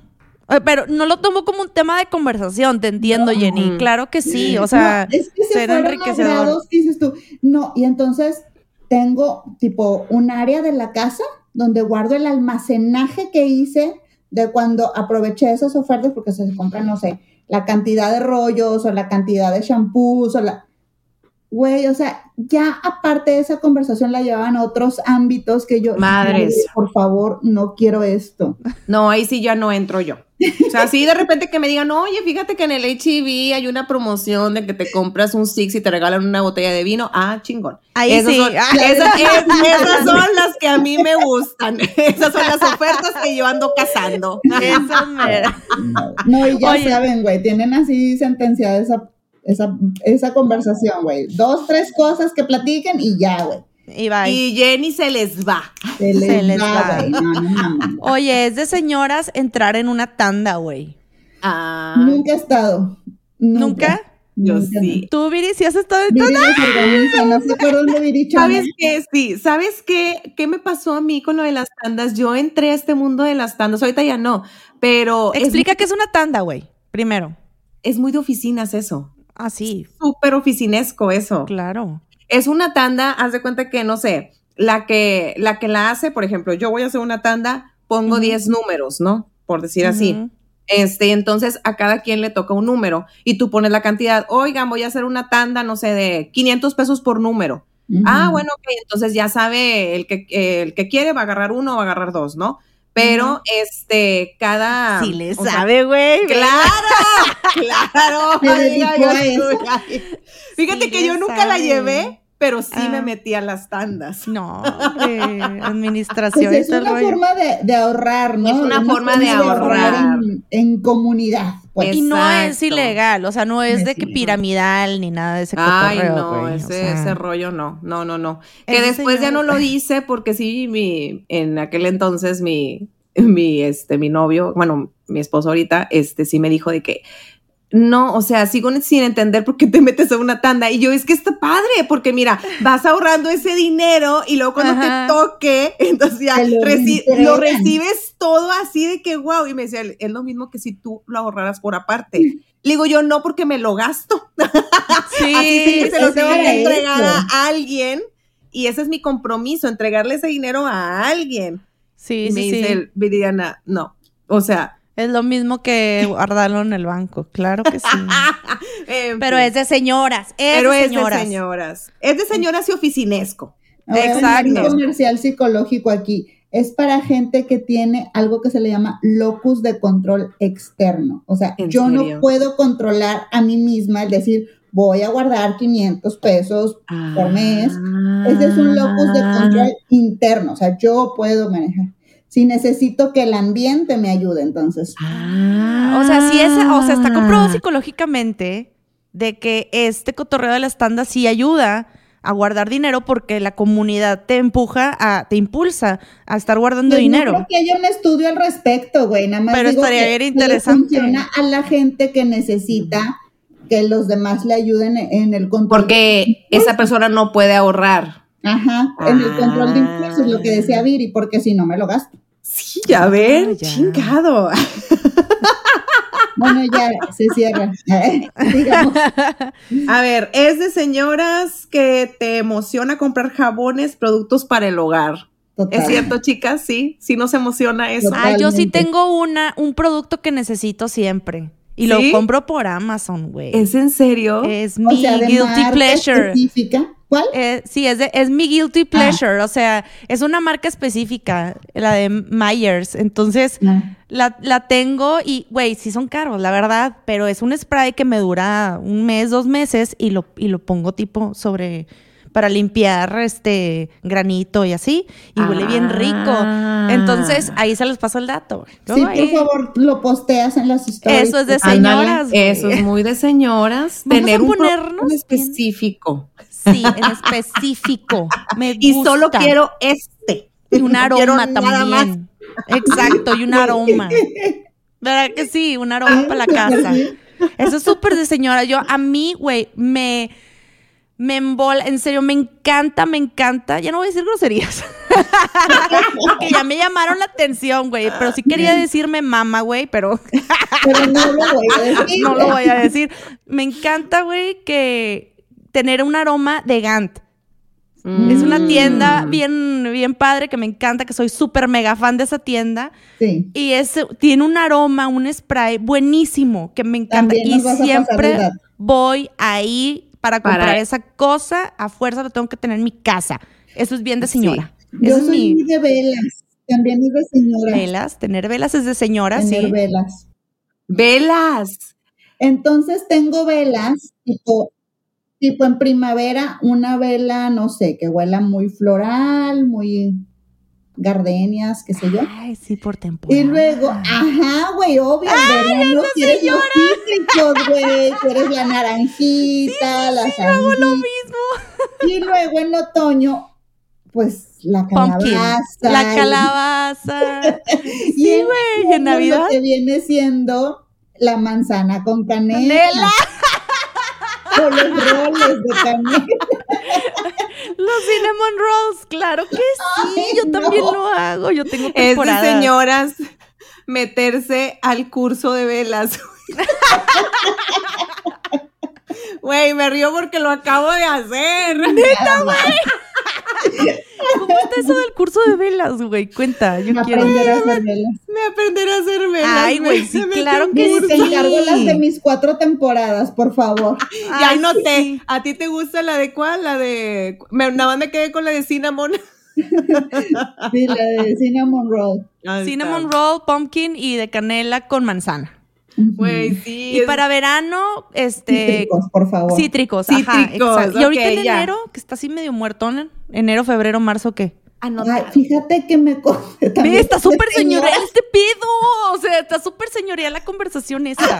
Eh, Pero no lo tomo como un tema de conversación, te entiendo, Jenny. Claro que sí, o sea,
No, es que se fueron
será
a
enriquecedor.
grados que dices tú, no, y entonces tengo tipo un área de la casa donde guardo el almacenaje que hice de cuando aproveché esas ofertas porque se compran, no sé, la cantidad de rollos o la cantidad de shampoos o la... Güey, o sea, ya aparte de esa conversación la llevaban a otros ámbitos que yo...
Madres.
"Ay, Por favor, no quiero esto.
No, ahí sí ya no entro yo. O sea, sí de repente que me digan, oye, fíjate que en el HIV hay una promoción de que te compras un Six y te regalan una botella de vino. Ah, chingón.
Ahí
Esas
sí.
son-
Ah.
esas, es- esas son las que a mí me gustan. Esas son las ofertas que yo ando cazando.
Esa mera.
No, y ya
Oye.
saben, güey, tienen así sentenciada esa, esa, esa conversación, güey. Dos, tres cosas que platiquen y ya, güey.
Y bye.
Y Jenny se les va.
Se les,
Se les
va,
va.
güey. No, no mames.
Oye, es de señoras entrar en una tanda, güey.
Ah,
Mm,
Nunca he estado. Nunca.
¿Nunca?
yo
Nunca,
sí.
¿Tú, Viri, si has estado en
no. Viri
tanda?
desorganiza, no sé por dónde Viri chama.
¿Sabes qué? Sí, ¿sabes qué? ¿Qué me pasó a mí con lo de las tandas? Yo entré a este mundo de las tandas, ahorita ya no, pero es,
Explica qué es una tanda, güey. Primero.
es muy de oficinas eso,
Ah, sí,
súper oficinesco eso.
claro.
Es una tanda, haz de cuenta que, no sé, la que la, que la hace, por ejemplo, yo voy a hacer una tanda, pongo 10 números, ¿no? Por decir así.
Ujú.
Este, entonces a cada quien le toca un número y tú pones la cantidad, oigan, voy a hacer una tanda, no sé, de 500 pesos por número.
Ujú.
Ah, bueno, ok, entonces ya sabe el que, el que quiere va a agarrar uno o va a agarrar dos, ¿no? Pero este, cada.
Sí le
o sea,
sabe, güey. ¿verdad?
¡Claro! ¡Claro!
Se dedicó
amiga, yo
a eso.
estoy- Fíjate
Sí
que
le
yo nunca la
sabe.
llevé, pero sí me
Ah.
metí a las tandas.
No, hombre, administración.
Pues es
este
una
rollo.
forma de, de ahorrar, ¿no?
Es una forma de ahorrar.
en, en comunidad. Pues.
Y no es
Exacto.
ilegal, o sea, no es de que
Sí.
piramidal ni nada de ese
Ay,
cotorreo,
no,
güey, o
ese,
sea.
ese rollo no, no, no, no. Que
Ese
después ya no
señor-
lo hice porque sí, mi, en aquel entonces mi, mi, este, mi novio, bueno, mi esposo ahorita, este, sí me dijo de que, no, o sea, sigo sin entender por qué te metes a una tanda. Y yo, es que está padre, porque mira, vas ahorrando ese dinero y luego cuando
Ajá.
te toque, entonces ya
Te lo
reci-
entregan.
lo recibes todo así de que, wow. Y me decía, es lo mismo que si tú lo ahorraras por aparte. Le digo yo, no, porque me lo gasto.
Sí,
Así sí que se lo
es
tengo
para
que entregar
eso.
a alguien y ese es mi compromiso, entregarle ese dinero a alguien.
sí,
y me
sí, sí.
dice el Viridiana, no, o sea,
Es lo mismo que guardarlo en el banco, claro que sí.
en
Mm. Pero
fin.
es de señoras, es
Pero
de
es
señoras.
de señoras. Es de señoras y oficinesco.
Ahora voy a
Exacto.
hacer Un comercial psicológico aquí. Es para gente que tiene algo que se le llama locus de control externo. O sea,
¿En
yo no
serio?
puedo controlar a mí misma el decir, voy a guardar 500 pesos por mes. Ese es un locus de
Ah.
control interno. O sea, yo puedo manejar. Si necesito que el ambiente me ayude, entonces.
Ah, O sea, sí es, o sea, está comprobado psicológicamente de que este cotorreo de las tandas sí ayuda a guardar dinero porque la comunidad te empuja a, te impulsa a estar guardando
Pues
dinero.
No creo que haya un estudio al respecto, güey. Nada más
Pero
digo
estaría
que
bien
no le
interesante.
Funciona a la gente que necesita que los demás le ayuden en- en el control.
Porque esa persona no puede ahorrar.
Ajá, en el control de impulsos, lo que decía Viri, porque si no me lo gasto.
Sí, Ah, ya ven,
ya.
chingado.
Bueno, ya se cierra. Eh, Digamos,
A ver, es de señoras que te emociona comprar jabones, productos para el hogar.
total.
¿Es cierto, chicas? Sí, sí nos emociona eso.
Total.
Ay, Ah, yo sí
Totalmente.
tengo una, un producto que necesito siempre. Y
¿Sí?
lo compro por Amazon, güey. Ah, Es,
¿Es en serio?
O
mi
sea, de
guilty
marca
pleasure.
específica. ¿Cuál?
Eh, sí, es, de- es mi
Ah.
guilty pleasure. O sea, es una marca específica, la de Myers. Entonces,
Ah.
la, la tengo y, güey, sí son caros, la verdad. Pero es un spray que me dura un mes, dos meses y lo, y lo pongo tipo sobre para limpiar este granito y así. Y huele bien rico. Entonces, ahí se los paso el dato. güey.
Ah. Sí,
Luego ahí-
por favor, lo posteas en las historias.
eh. Eso es de
Ándale,
señoras. güey.
Eso es muy de señoras.
Vamos
tener
a
un producto
ponernos
en
bien.
específico.
Sí, en específico. Me
Y
gusta.
solo quiero este.
Y un
No quiero
aroma
nada más.
también. Exacto, y un aroma. ¿Verdad que sí? Un aroma para la casa. Eso es súper de señora. Yo, a mí, güey, me. Me embola, en serio, me encanta, me encanta. Ya no voy a decir groserías. Porque ya me llamaron la atención, güey. Pero sí quería decirme mamá, güey, pero
Pero no lo voy a decir.
no lo
güey.
voy a decir. Me encanta, güey, que tener un aroma de Gant. Es
Mm.
una tienda bien, bien padre que me encanta, que soy súper mega fan de esa tienda.
Sí.
Y es, tiene un aroma, un spray buenísimo que me encanta.
También
Y
nos vas a pasar
siempre
el dato.
voy ahí para
Para-
comprar esa cosa. A fuerza lo tengo que tener en mi casa. Eso es bien de señora.
Yo
Eso es
soy muy
mi.
de velas. También es de señora.
Velas, tener velas es de señora,
tener
sí.
velas.
Velas.
Entonces tengo velas tipo, tipo en primavera, una vela, no sé, que huela muy floral, muy gardenias, qué sé yo.
Ay, sí, por temporada.
Y luego, ajá, güey, obvio, verano, no quieres los cítricos, güey, quieres la naranjita, la sandía.
mismo.
Y luego en otoño, pues la
Pumpkin.
calabaza.
La
y-
calabaza.
Y en
güey, y en
invierno
Navidad.
Lo que viene siendo la manzana con canela.
Canela.
O los roles de canela.
Los cinnamon rolls, claro que sí.
Ay,
yo también
no.
lo hago. Yo tengo
Es de
temporadas.
señoras meterse al curso de velas. Güey, me río porque lo acabo de hacer.
¿Cómo está eso del curso de velas, güey? Cuenta, yo quiero.
Aprender a hacer velas.
Me aprender a hacer velas.
Ay, güey,
me-
sí,
me metí
claro
un
que
Miri,
curso.
te
sí.
encargo las de mis cuatro temporadas, por favor.
Ya
Ay,
noté.
sí.
¿A ti te gusta la de cuál? La de. me- nada más me quedé con la de cinnamon.
Sí, la de Cinnamon Roll.
Ah,
Cinnamon roll, pumpkin y de canela con manzana.
Güey, sí.
Y
es-
para verano, este.
Cítricos, por favor.
Cítricos, ajá.
Cítricos,
exacto. Y ahorita
ok,
en
ya.
enero, que está así medio muertón, enero, febrero, marzo, ¿qué?
Ay, fíjate que me co- también
Ve, está
soy
súper
señora.
señorial este pedo. O sea, está súper señorial la conversación esta.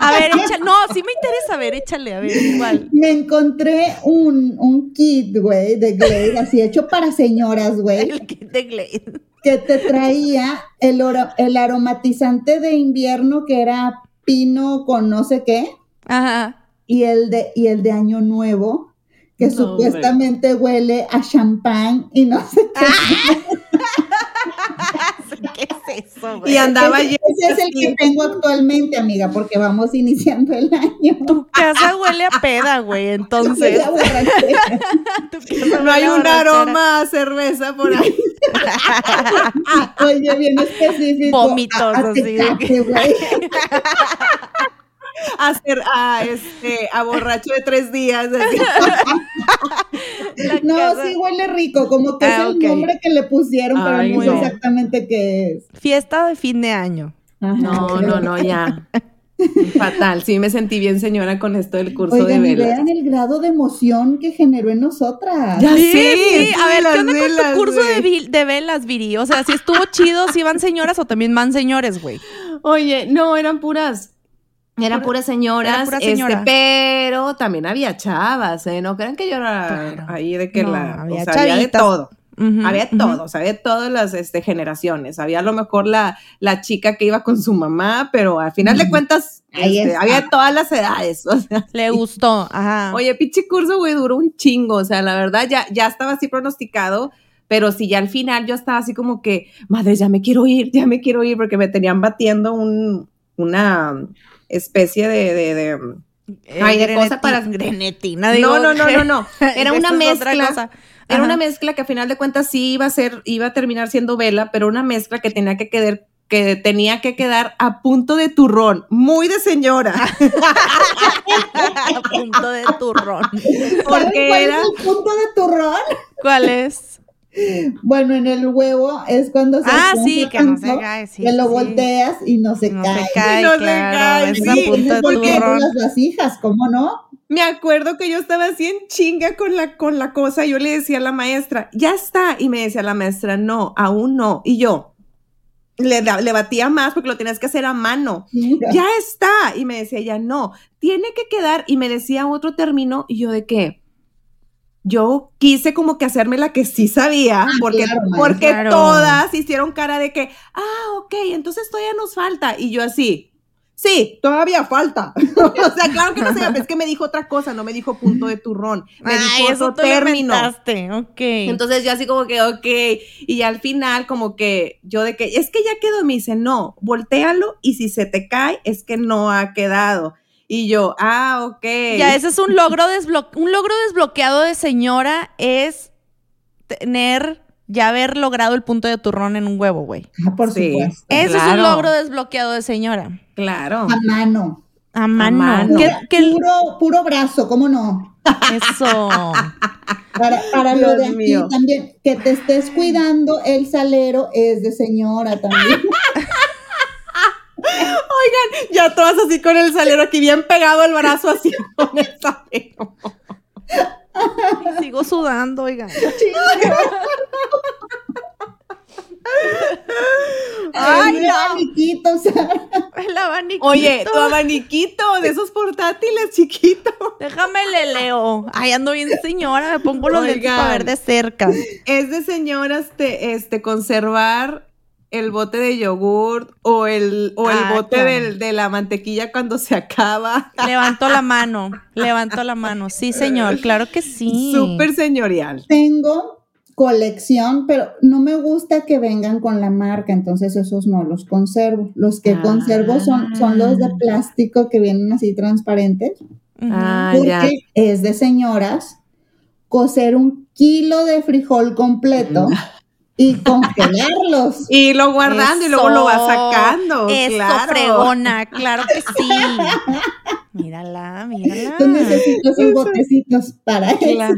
A ver, échale. No, sí me interesa. A ver, échale. A ver, igual.
Me encontré un, un kit, güey, de Glade, así hecho para señoras, güey.
El kit de Glade.
que te traía el, oro- el aromatizante de invierno que era pino con no sé qué
Ajá.
y el de, y el de año nuevo que
No,
supuestamente huele a champán y no sé qué.
Ah, ¿Qué es eso, güey?
Y andaba
ese,
yo.
ese es el que tengo actualmente, amiga, porque vamos iniciando el año.
Tu casa huele a peda, güey. Entonces,
Huele a borrachera.
tu casa
No hay
huele a
un
borrachera.
aroma a cerveza por ahí.
Oye, bien específico.
Vómitos,
a- a
así de
tecate,
que-
güey.
A, cer- a, este, a borracho de tres días. así.
La
No,
casa-
sí huele rico, como que es
Ah,
el
ok.
nombre que le pusieron, pero
Ay,
no sé
no.
exactamente qué es.
Fiesta de fin de año.
Ajá.
No, no, no, ya. Fatal. Sí, me sentí bien, señora, con esto del curso
Oigan,
de
y
velas.
vean el grado de emoción que generó en nosotras.
Ya
Sí,
sé,
sí.
sí,
A ver,
las
¿qué onda con
velas,
tu curso de,
güey.
vil- de velas, Viri? O sea, si estuvo chido, si van señoras o también van señores, güey.
Oye, no, eran puras. Eran puras señoras,
era pura
este,
señora.
pero también había chavas, ¿eh? No crean que yo era
Claro.
ahí de que
No,
la... o
había
sea, había de
chavitas.
todo.
Ujú,
había
ujú.
todo, o sea, había todas las este, generaciones. Había a lo mejor la, la chica que iba con su mamá, pero al final de cuentas
Ahí
este,
está.
había de todas las edades. O sea,
Le gustó. Ajá.
oye, pinche curso, güey, duró un chingo. O sea, la verdad ya, ya estaba así pronosticado, pero si ya al final yo estaba así como que, madre, ya me quiero ir, ya me quiero ir, porque me tenían batiendo un, una especie de- de- de
Eh,
Ay, de cosa para-
Grenetina,
No, no, no, no, no. Era una
Esa Ah, es otra
mezcla.
cosa.
Era
Ajá.
una mezcla que a final de cuentas sí iba a ser, iba a terminar siendo vela, pero una mezcla que tenía que quedar, que tenía que quedar a punto de turrón, muy de señora,
A punto de turrón.
¿Saben cuál
porque era
es el punto de turrón?
¿Cuál es?
Bueno, en el huevo es cuando se
Ah,
hace
sí,
un
que no se
tanto,
cae, sí,
que lo
sí.
volteas y no se
No
cae.
se cae,
No se
claro.
cae,
es
sí,
a punto de
Eso es lo que
turrón.
las vasijas, ¿cómo no?
me acuerdo que yo estaba así en chinga con la, con la cosa. Yo le decía a la maestra, ya está. Y me decía la maestra, no, aún no. Y yo le, da- le batía más porque lo tenías que hacer a mano. Ya está. Y me decía ella, no, tiene que quedar. Y me decía otro término. Y yo, ¿de qué? Yo quise como que hacerme la que sí sabía, porque,
claro, maestra.
porque
Ah, Claro.
todas hicieron cara de que, ah, ok, entonces todavía nos falta. Y yo así, Sí, todavía falta. o sea, claro que no sé, es que me dijo otra cosa, no me dijo punto de turrón, me
Ay,
dijo
eso
otro
tú lo
término.
inventaste, ok.
Entonces yo así como que, ok, y ya al final como que yo de que, es que ya quedó, me dice, no, voltealo y si se te cae es que no ha quedado. Y yo, ah, ok.
Ya, ese es un logro, desblo- un logro desbloqueado de señora es tener, ya haber logrado el punto de turrón en un huevo, güey.
Ah, por
Sí.
supuesto.
Eso es un
Claro.
logro desbloqueado de señora.
Claro.
A mano.
A mano.
mano.
¿Qué- qué-
Puro, puro brazo, ¿cómo no?
eso.
Para, para lo
Dios
de aquí
mío.
también, que te estés cuidando el salero es de señora también.
Oigan, ya todas así con el salero aquí bien pegado el brazo así con el salero.
Sigo sudando, oigan.
Ay,
Ay,
no.
amiguito, o sea,
El abaniquito.
Oye, tu abaniquito de esos portátiles chiquitos.
Déjame le leo. Ay, ando bien señora, me pongo los lentes
Oigan.
para ver de cerca.
Es de señoras te- este, conservar el bote de yogurt o el, o el
Ah,
bote
claro.
del- de la mantequilla cuando se acaba.
Levantó la mano, levantó la mano. Sí, señor, claro que sí.
Súper señorial.
tengo colección, pero no me gusta que vengan con la marca, entonces esos no los conservo. Los que
Ah.
conservo son, son los de plástico que vienen así transparentes,
Ujú.
Ah,
porque es de señoras cocer un kilo de frijol completo
Mm.
y congelarlos.
Y lo guardando y luego lo vas
Eso,
sacando.
Eso,
claro.
fregona, claro que sí. Mírala, mírala.
Entonces necesito esos botecitos para eso.
Claro.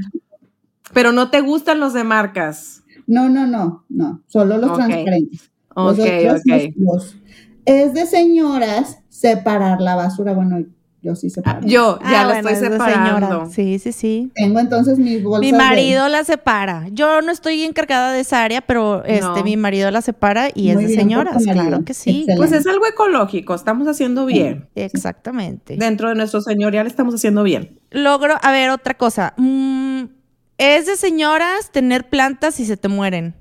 Pero no te gustan los de marcas.
No, no, no, no, solo los
Ok.
transparentes. Los
Ok,
otros, los-
ok.
los- Es de señoras separar la basura. Bueno, yo sí separo.
Yo
Ah,
ya lo
bueno, es
estoy
de
separando.
Sí, sí, sí.
tengo entonces mis bolsas.
Mi
de-
marido la separa. Yo no estoy encargada de esa área, pero este
No.
mi marido la separa y
Muy
es de
bien por tu
señoras,
marido.
claro que sí.
Excelente.
Pues es algo ecológico, estamos haciendo bien.
Exactamente.
Dentro de nuestro señorial estamos haciendo bien.
Logro, a ver, otra cosa. Mm, es de señoras tener plantas y se te mueren.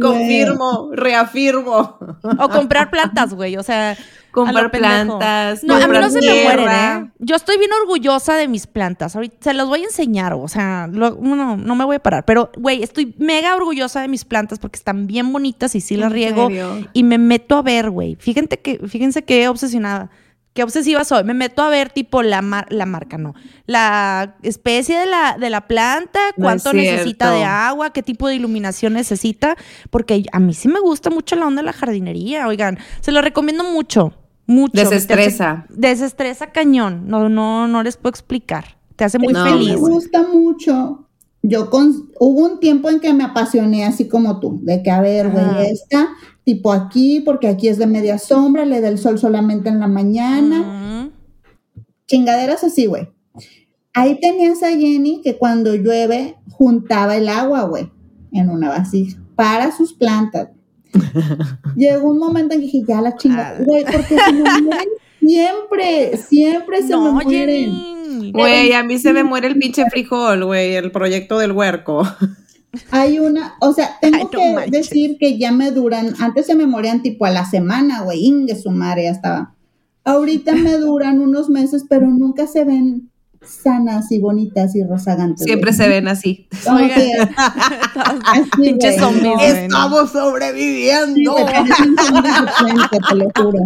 Confirmo, reafirmo.
O comprar plantas, güey. O sea,
Comprar
a lo pendejo.
plantas,
No, a mí no
comprar
se me mueren,
tierra.
¿eh? Yo estoy bien orgullosa de mis plantas. Ahorita se los voy a enseñar, o sea, lo- no, no me voy a parar. Pero, güey, estoy mega orgullosa de mis plantas porque están bien bonitas y sí las
¿En
riego.
serio?
Y me meto a ver, güey. Fíjense que, fíjense qué obsesionada. Qué obsesiva soy. Me meto a ver, tipo, la, mar- la marca, no. La especie de la, de la planta,
No
cuánto
es
necesita de
cierto.
agua, qué tipo de iluminación necesita. Porque a mí sí me gusta mucho la onda de la jardinería, oigan. Se lo recomiendo mucho. Mucho.
Desestresa.
Te hace- Desestresa cañón. No, no, no les puedo explicar. Te hace muy
No,
feliz.
Me gusta mucho. Yo con, hubo un tiempo en que me apasioné así como tú, de que a ver, güey,
Ajá.
esta, tipo aquí, porque aquí es de media sombra, le da el sol solamente en la mañana.
Ujú.
chingaderas así, güey. Ahí tenías a Jenny que cuando llueve juntaba el agua, güey, en una vasija para sus plantas. Llegó un momento en que dije, ya la chingada,
Ah.
güey, porque se me mueren siempre, siempre se
No,
me mueren.
Jenny.
Güey, a mí se me muere el pinche frijol, güey, el proyecto del huerco.
Hay una, o sea, tengo
Ay, no
que
manches.
decir que ya me duran, antes se me morían tipo a la semana, güey, ingue su madre, ya estaba. Ahorita me duran unos meses, pero nunca se ven sanas y bonitas y rozagantes. güey.
Siempre se ven así.
Como
Oigan.
que- Así,
Pinches
güey.
zombies, güey, no.
Sí,
sobreviviendo.
güey, parecen zombies de frente, te lo juro.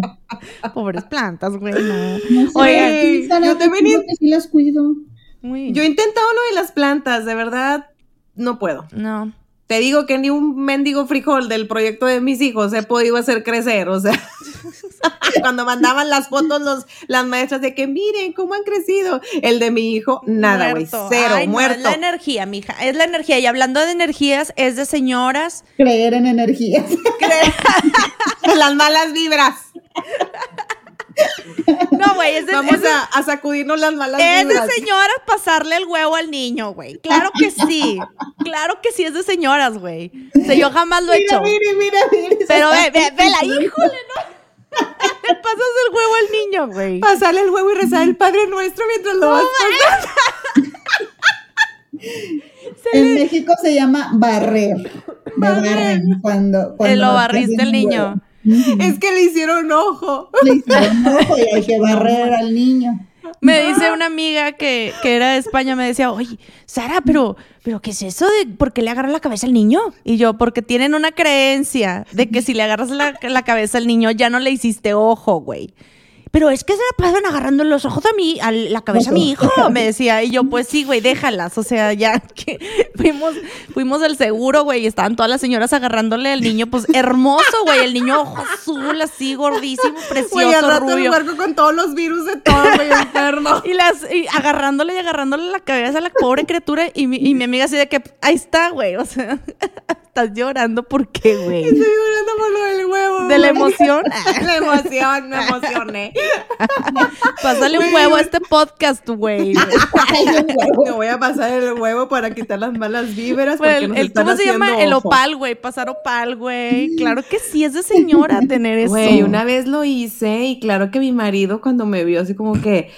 Pobres plantas, güey. No.
No sé,
Oigan,
sí, Sara,
yo
te
también
juro
in-
que sí las cuido.
Muy-
Yo he intentado lo de las plantas, de verdad, no puedo.
No.
Te digo que ni un mendigo frijol del proyecto de mis hijos he podido hacer crecer, o sea, cuando mandaban las fotos los, las maestras de que miren cómo han crecido, el de mi hijo, nada, güey,
Muerto.
cero,
Ay, no, es
muerto.
la energía, mija. Es la energía. Y hablando de energías, es de señoras.
Creer en energías.
las malas vibras.
No, güey, es de,
Vamos
es de-
a, a sacudirnos las malas
es de
vibras.
señoras pasarle el huevo al niño, güey. Claro que sí. Claro que sí es de señoras, güey. O sea, yo jamás lo he
Mira,
hecho.
mire, mira, mire.
Pero eh, ve, ve, vela, híjole, no. Le pasas el huevo al niño, güey.
Pasarle el huevo y rezar el Padre Nuestro mientras lo vas
En México se llama barrer. De barren, cuando, cuando
Eh, lo
estás
barriste el
haciendo
niño.
huevo.
es que le hicieron ojo.
Le hicieron ojo y hay que barrer al niño.
Me dice una amiga que, que era de España, me decía, oye, Sara, pero, pero ¿qué es eso de por qué le agarras la cabeza al niño? Y yo, porque tienen una creencia de que si le agarras la, la cabeza al niño ya no le hiciste ojo, güey. Pero es que se la pasan agarrando los ojos a mí, a la cabeza a mi hijo, me decía. Y yo, pues sí, güey, déjalas. O sea, ya que fuimos, fuimos del seguro, güey, y estaban todas las señoras agarrándole al niño, pues hermoso, güey, el niño ojo azul, así, gordísimo, precioso,
Güey, al rato el
rubio.
barco con todos los virus de todo, güey, enfermo.
Y las y agarrándole y agarrándole la cabeza a la pobre criatura y mi, y mi amiga así de que ahí está, güey, o sea, estás llorando por qué, güey?
Estoy llorando por lo del huevo.
De la
güey.
emoción.
La emoción, me emocioné.
Pásale un huevo a este podcast, güey.
Ay, un huevo.
Me voy a pasar el huevo para quitar las malas víveras. porque
Güey, el,
nos
Pues, el-
están
¿Cómo se llama?
haciendo
El
ojo.
opal, güey. Pasar opal, güey. Claro que sí es de señora tener eso.
Güey, una vez lo hice y claro que mi marido cuando me vio así como que,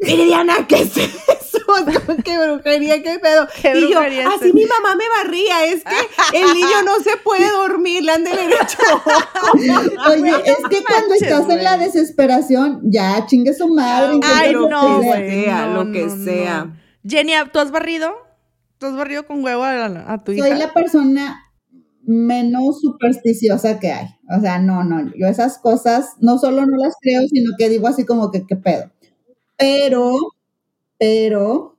mire Diana, ¿qué es eso? Como, qué brujería, qué pedo.
¿Qué
y yo,
brujería es
así
esa?
mi mamá me barría, es que el niño no se puede dormir, le han de derecho.
Oye, es que cuando
manches,
estás en la
güey.
desesperación, ya chingue su madre.
Ay,
Lo
intenta
no,
que
resolver.
güey.
sea,
no,
lo que
no, no.
sea.
Jenny, ¿tú has barrido? ¿Tú has barrido con huevo a, la- a tu hija?
Soy la persona menos supersticiosa que hay. O sea, no, no, yo esas cosas no solo no las creo, sino que digo así como que qué pedo. Pero, pero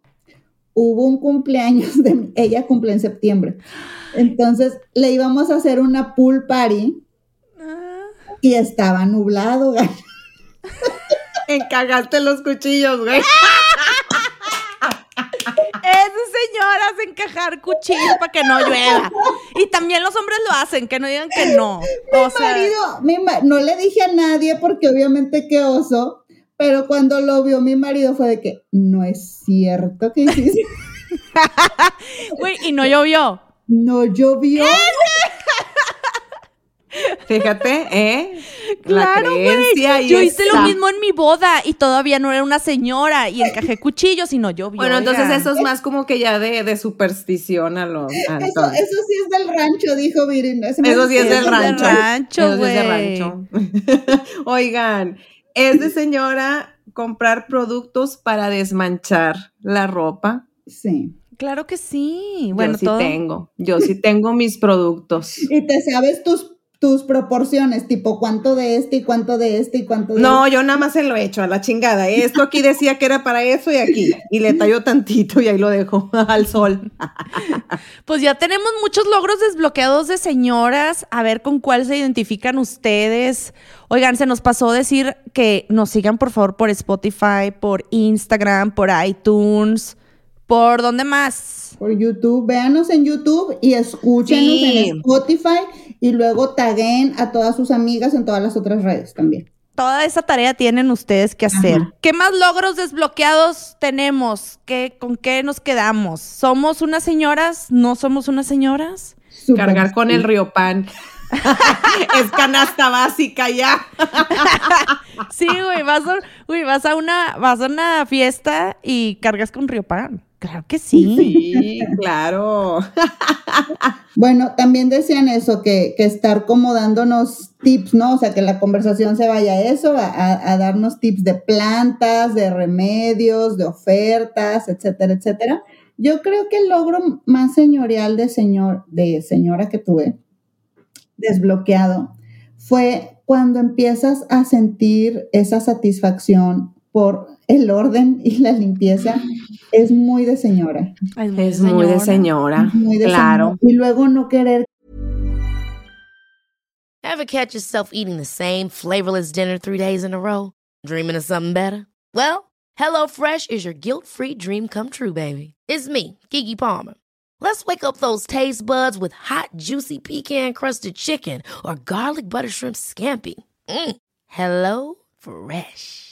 hubo un cumpleaños de mi- ella cumple en septiembre. Entonces le íbamos a hacer una pool party y estaba nublado. güey.
Encagaste los cuchillos, güey.
Es señoras encajar cuchillos para que no llueva. Y también los hombres lo hacen, que no digan que no. O
Mi
sea,
marido, mi ma- no le dije a nadie porque obviamente qué oso, pero cuando lo vio mi marido fue de que no es cierto que hiciste.
güey, y no llovió.
No llovió.
Fíjate, ¿eh?
Claro,
la
güey.
creencia y
Yo hice lo
esa.
mismo en mi boda y todavía no era una señora y encajé cuchillos y no llovió.
Bueno, entonces
oigan.
eso es más como que ya de, de superstición a los. a
Eso,
entonces.
eso sí es del rancho, dijo Miren. Eso,
Eso sí es del rancho.
rancho,
Eso sí es de
güey.
rancho. Oigan, es de señora comprar productos para desmanchar la ropa.
Sí.
Claro que sí.
Yo
Bueno,
sí
todo.
tengo. Yo sí tengo mis productos.
Y te sabes tus, tus proporciones, tipo cuánto de este y cuánto de este y cuánto de
No, yo nada más se lo he hecho a la chingada. Esto aquí decía que era para eso y aquí. Y le talló tantito y ahí lo dejo al sol.
Pues ya tenemos muchos logros desbloqueados de señoras. A ver con cuál se identifican ustedes. Oigan, se nos pasó decir que nos sigan, por favor, por Spotify, por Instagram, por iTunes. ¿Por dónde más?
este. Por YouTube, véanos en YouTube y escúchenos
Sí.
en Spotify y luego taguen a todas sus amigas en todas las otras redes también.
Toda esa tarea tienen ustedes que hacer. ¿Qué más logros desbloqueados tenemos? ¿Qué, ¿Con qué nos quedamos? ¿Somos unas señoras? ¿No somos unas señoras?
Súper.
Cargar con el río pan. es canasta básica ya.
Sí, güey, vas a, güey, vas a una, vas a una fiesta y cargas con Río Pan. Claro que sí.
Sí, claro.
Bueno, también decían eso, que, que estar como dándonos tips, ¿no? O sea, que la conversación se vaya a eso, a, a- a darnos tips de plantas, de remedios, de ofertas, etcétera, etcétera. Yo creo que el logro más señorial de señor, de señora que tuve, desbloqueado, fue cuando empiezas a sentir esa satisfacción por el orden y la limpieza. Es muy de señora.
Ay,
Es muy de señora.
Muy de
claro.
señora. Y luego no querer
Ever catch yourself eating the same flavorless dinner three days in a row? Dreaming of something better? Well, HelloFresh is your guilt free dream come true, baby. It's me, Kiki Palmer. Let's wake up those taste buds with hot, juicy pecan crusted chicken or garlic butter shrimp scampi. Mm. Hello Fresh.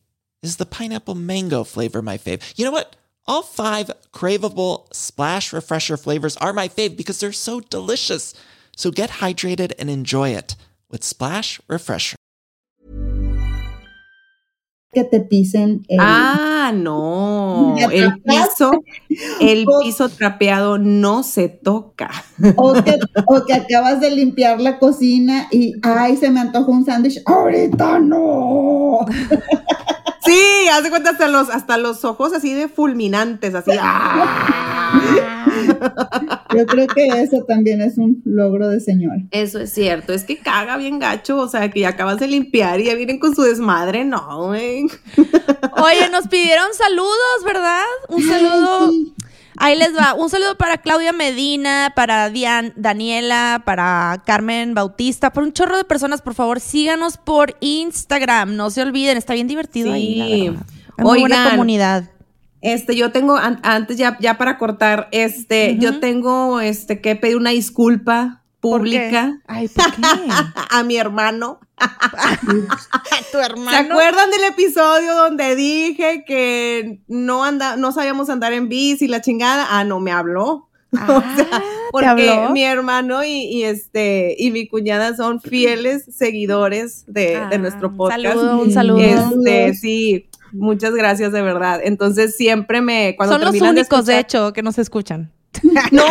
is the pineapple mango flavor my fave? You know what? All five craveable splash refresher flavors are my fave because they're so delicious. So get hydrated and enjoy it with Splash Refresher.
Que te pisen el-
Ah, no.
¿Me
El piso, el
O-
piso trapeado no se toca.
O que, o que acabas de limpiar la cocina y, ay, se me antojó un sándwich. ¡Ahorita no!
Sí, haz de cuenta hasta los, hasta los ojos así de fulminantes, así. ¡ah!
Yo creo que eso también es un logro de señor.
Eso es cierto, es que caga bien gacho, o sea, que ya acabas de limpiar y ya vienen con su desmadre, no, güey.
Oye, nos pidieron saludos, ¿verdad? Un saludo. Ahí les va. Un saludo para Claudia Medina, para Dian- Daniela, para Carmen Bautista, por un chorro de personas, por favor, síganos por Instagram. No se olviden, está bien divertido ahí, la
Sí.
verdad. Hay muy buena
Oigan.
comunidad.
Este, yo tengo, an- antes ya, ya para cortar, este, yo tengo, este, que pedir una disculpa
¿Por qué? Ah.
pública
Ay, ¿por qué?
a, a mi hermano.
tu
¿Se acuerdan del episodio donde dije que no anda, no sabíamos andar en bici y la chingada? Ah, no me habló.
Ah,
Porque
habló?
mi eh, hermano y, y este y mi cuñada son fieles seguidores de, de
Ah,
nuestro
un
podcast.
saludo, un saludo.
Este, sí, muchas gracias de verdad. Entonces siempre me cuando
Son los
terminan
únicos, de
escuchar-
hecho, que nos escuchan.
No,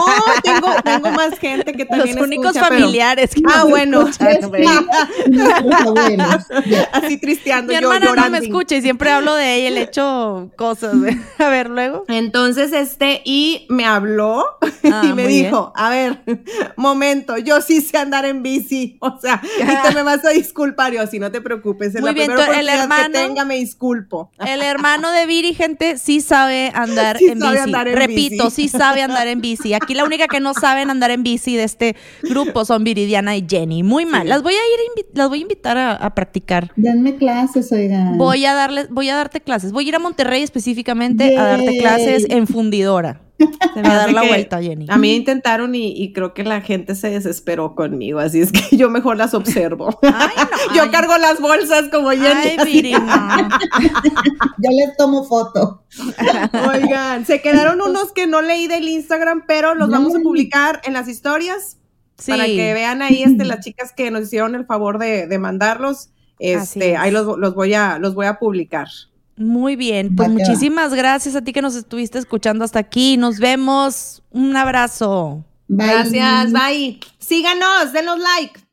tengo, tengo más gente que
Los
también
únicos
escucha, pero-
familiares que
Ah,
nos
bueno.
Es
escuchan, güey.
que nuestros abuelos.
Así tristeando
Mi
yo
hermana no me
llorando.
escucha y siempre hablo de ella y le echo cosas. güey. A ver, luego.
Entonces, este, y me habló
Ah,
y me
muy
dijo, a ver, momento, yo sí sé andar en bici, o sea, y te me vas a disculpar, yo, si no te preocupes, en
Muy
la
bien,
primera
tú- el
oportunidad
hermano- Ah,
que tenga me disculpo.
El hermano de Viri, gente, sí sabe andar
Sí
en
sabe
bici.
andar en
Repito,
bici.
sí sabe andar en bici. Aquí la única que no saben andar en bici de este grupo son Viridiana y Jenny. Muy mal. Las voy a ir a invi- las voy a invitar a, a practicar.
Denme clases,
Mm.
oigan.
Voy a darles, voy a darte clases. Voy a ir a Monterrey específicamente a darte
Yay.
clases en fundidora.
Se
me va a dar
hace
la
que
vuelta, Jenny.
A mí intentaron y, y creo que la gente se desesperó conmigo, así es que yo mejor las observo.
Ay, no,
yo
ay.
cargo las bolsas como Jenny.
Ay,
así.
Viri, no.
Ah, Yo les tomo foto.
Oigan, se quedaron unos que no leí del Instagram, pero los vamos a publicar en las historias
Sí.
para que vean ahí este, las chicas que nos hicieron el favor de, de mandarlos.
Así
Este,
es.
ahí los, los voy a, los voy a publicar.
Muy bien, pues
Va que va.
muchísimas gracias a ti que nos estuviste escuchando hasta aquí. Nos vemos. Un abrazo.
Bye.
Gracias, bye. Síganos, denos like.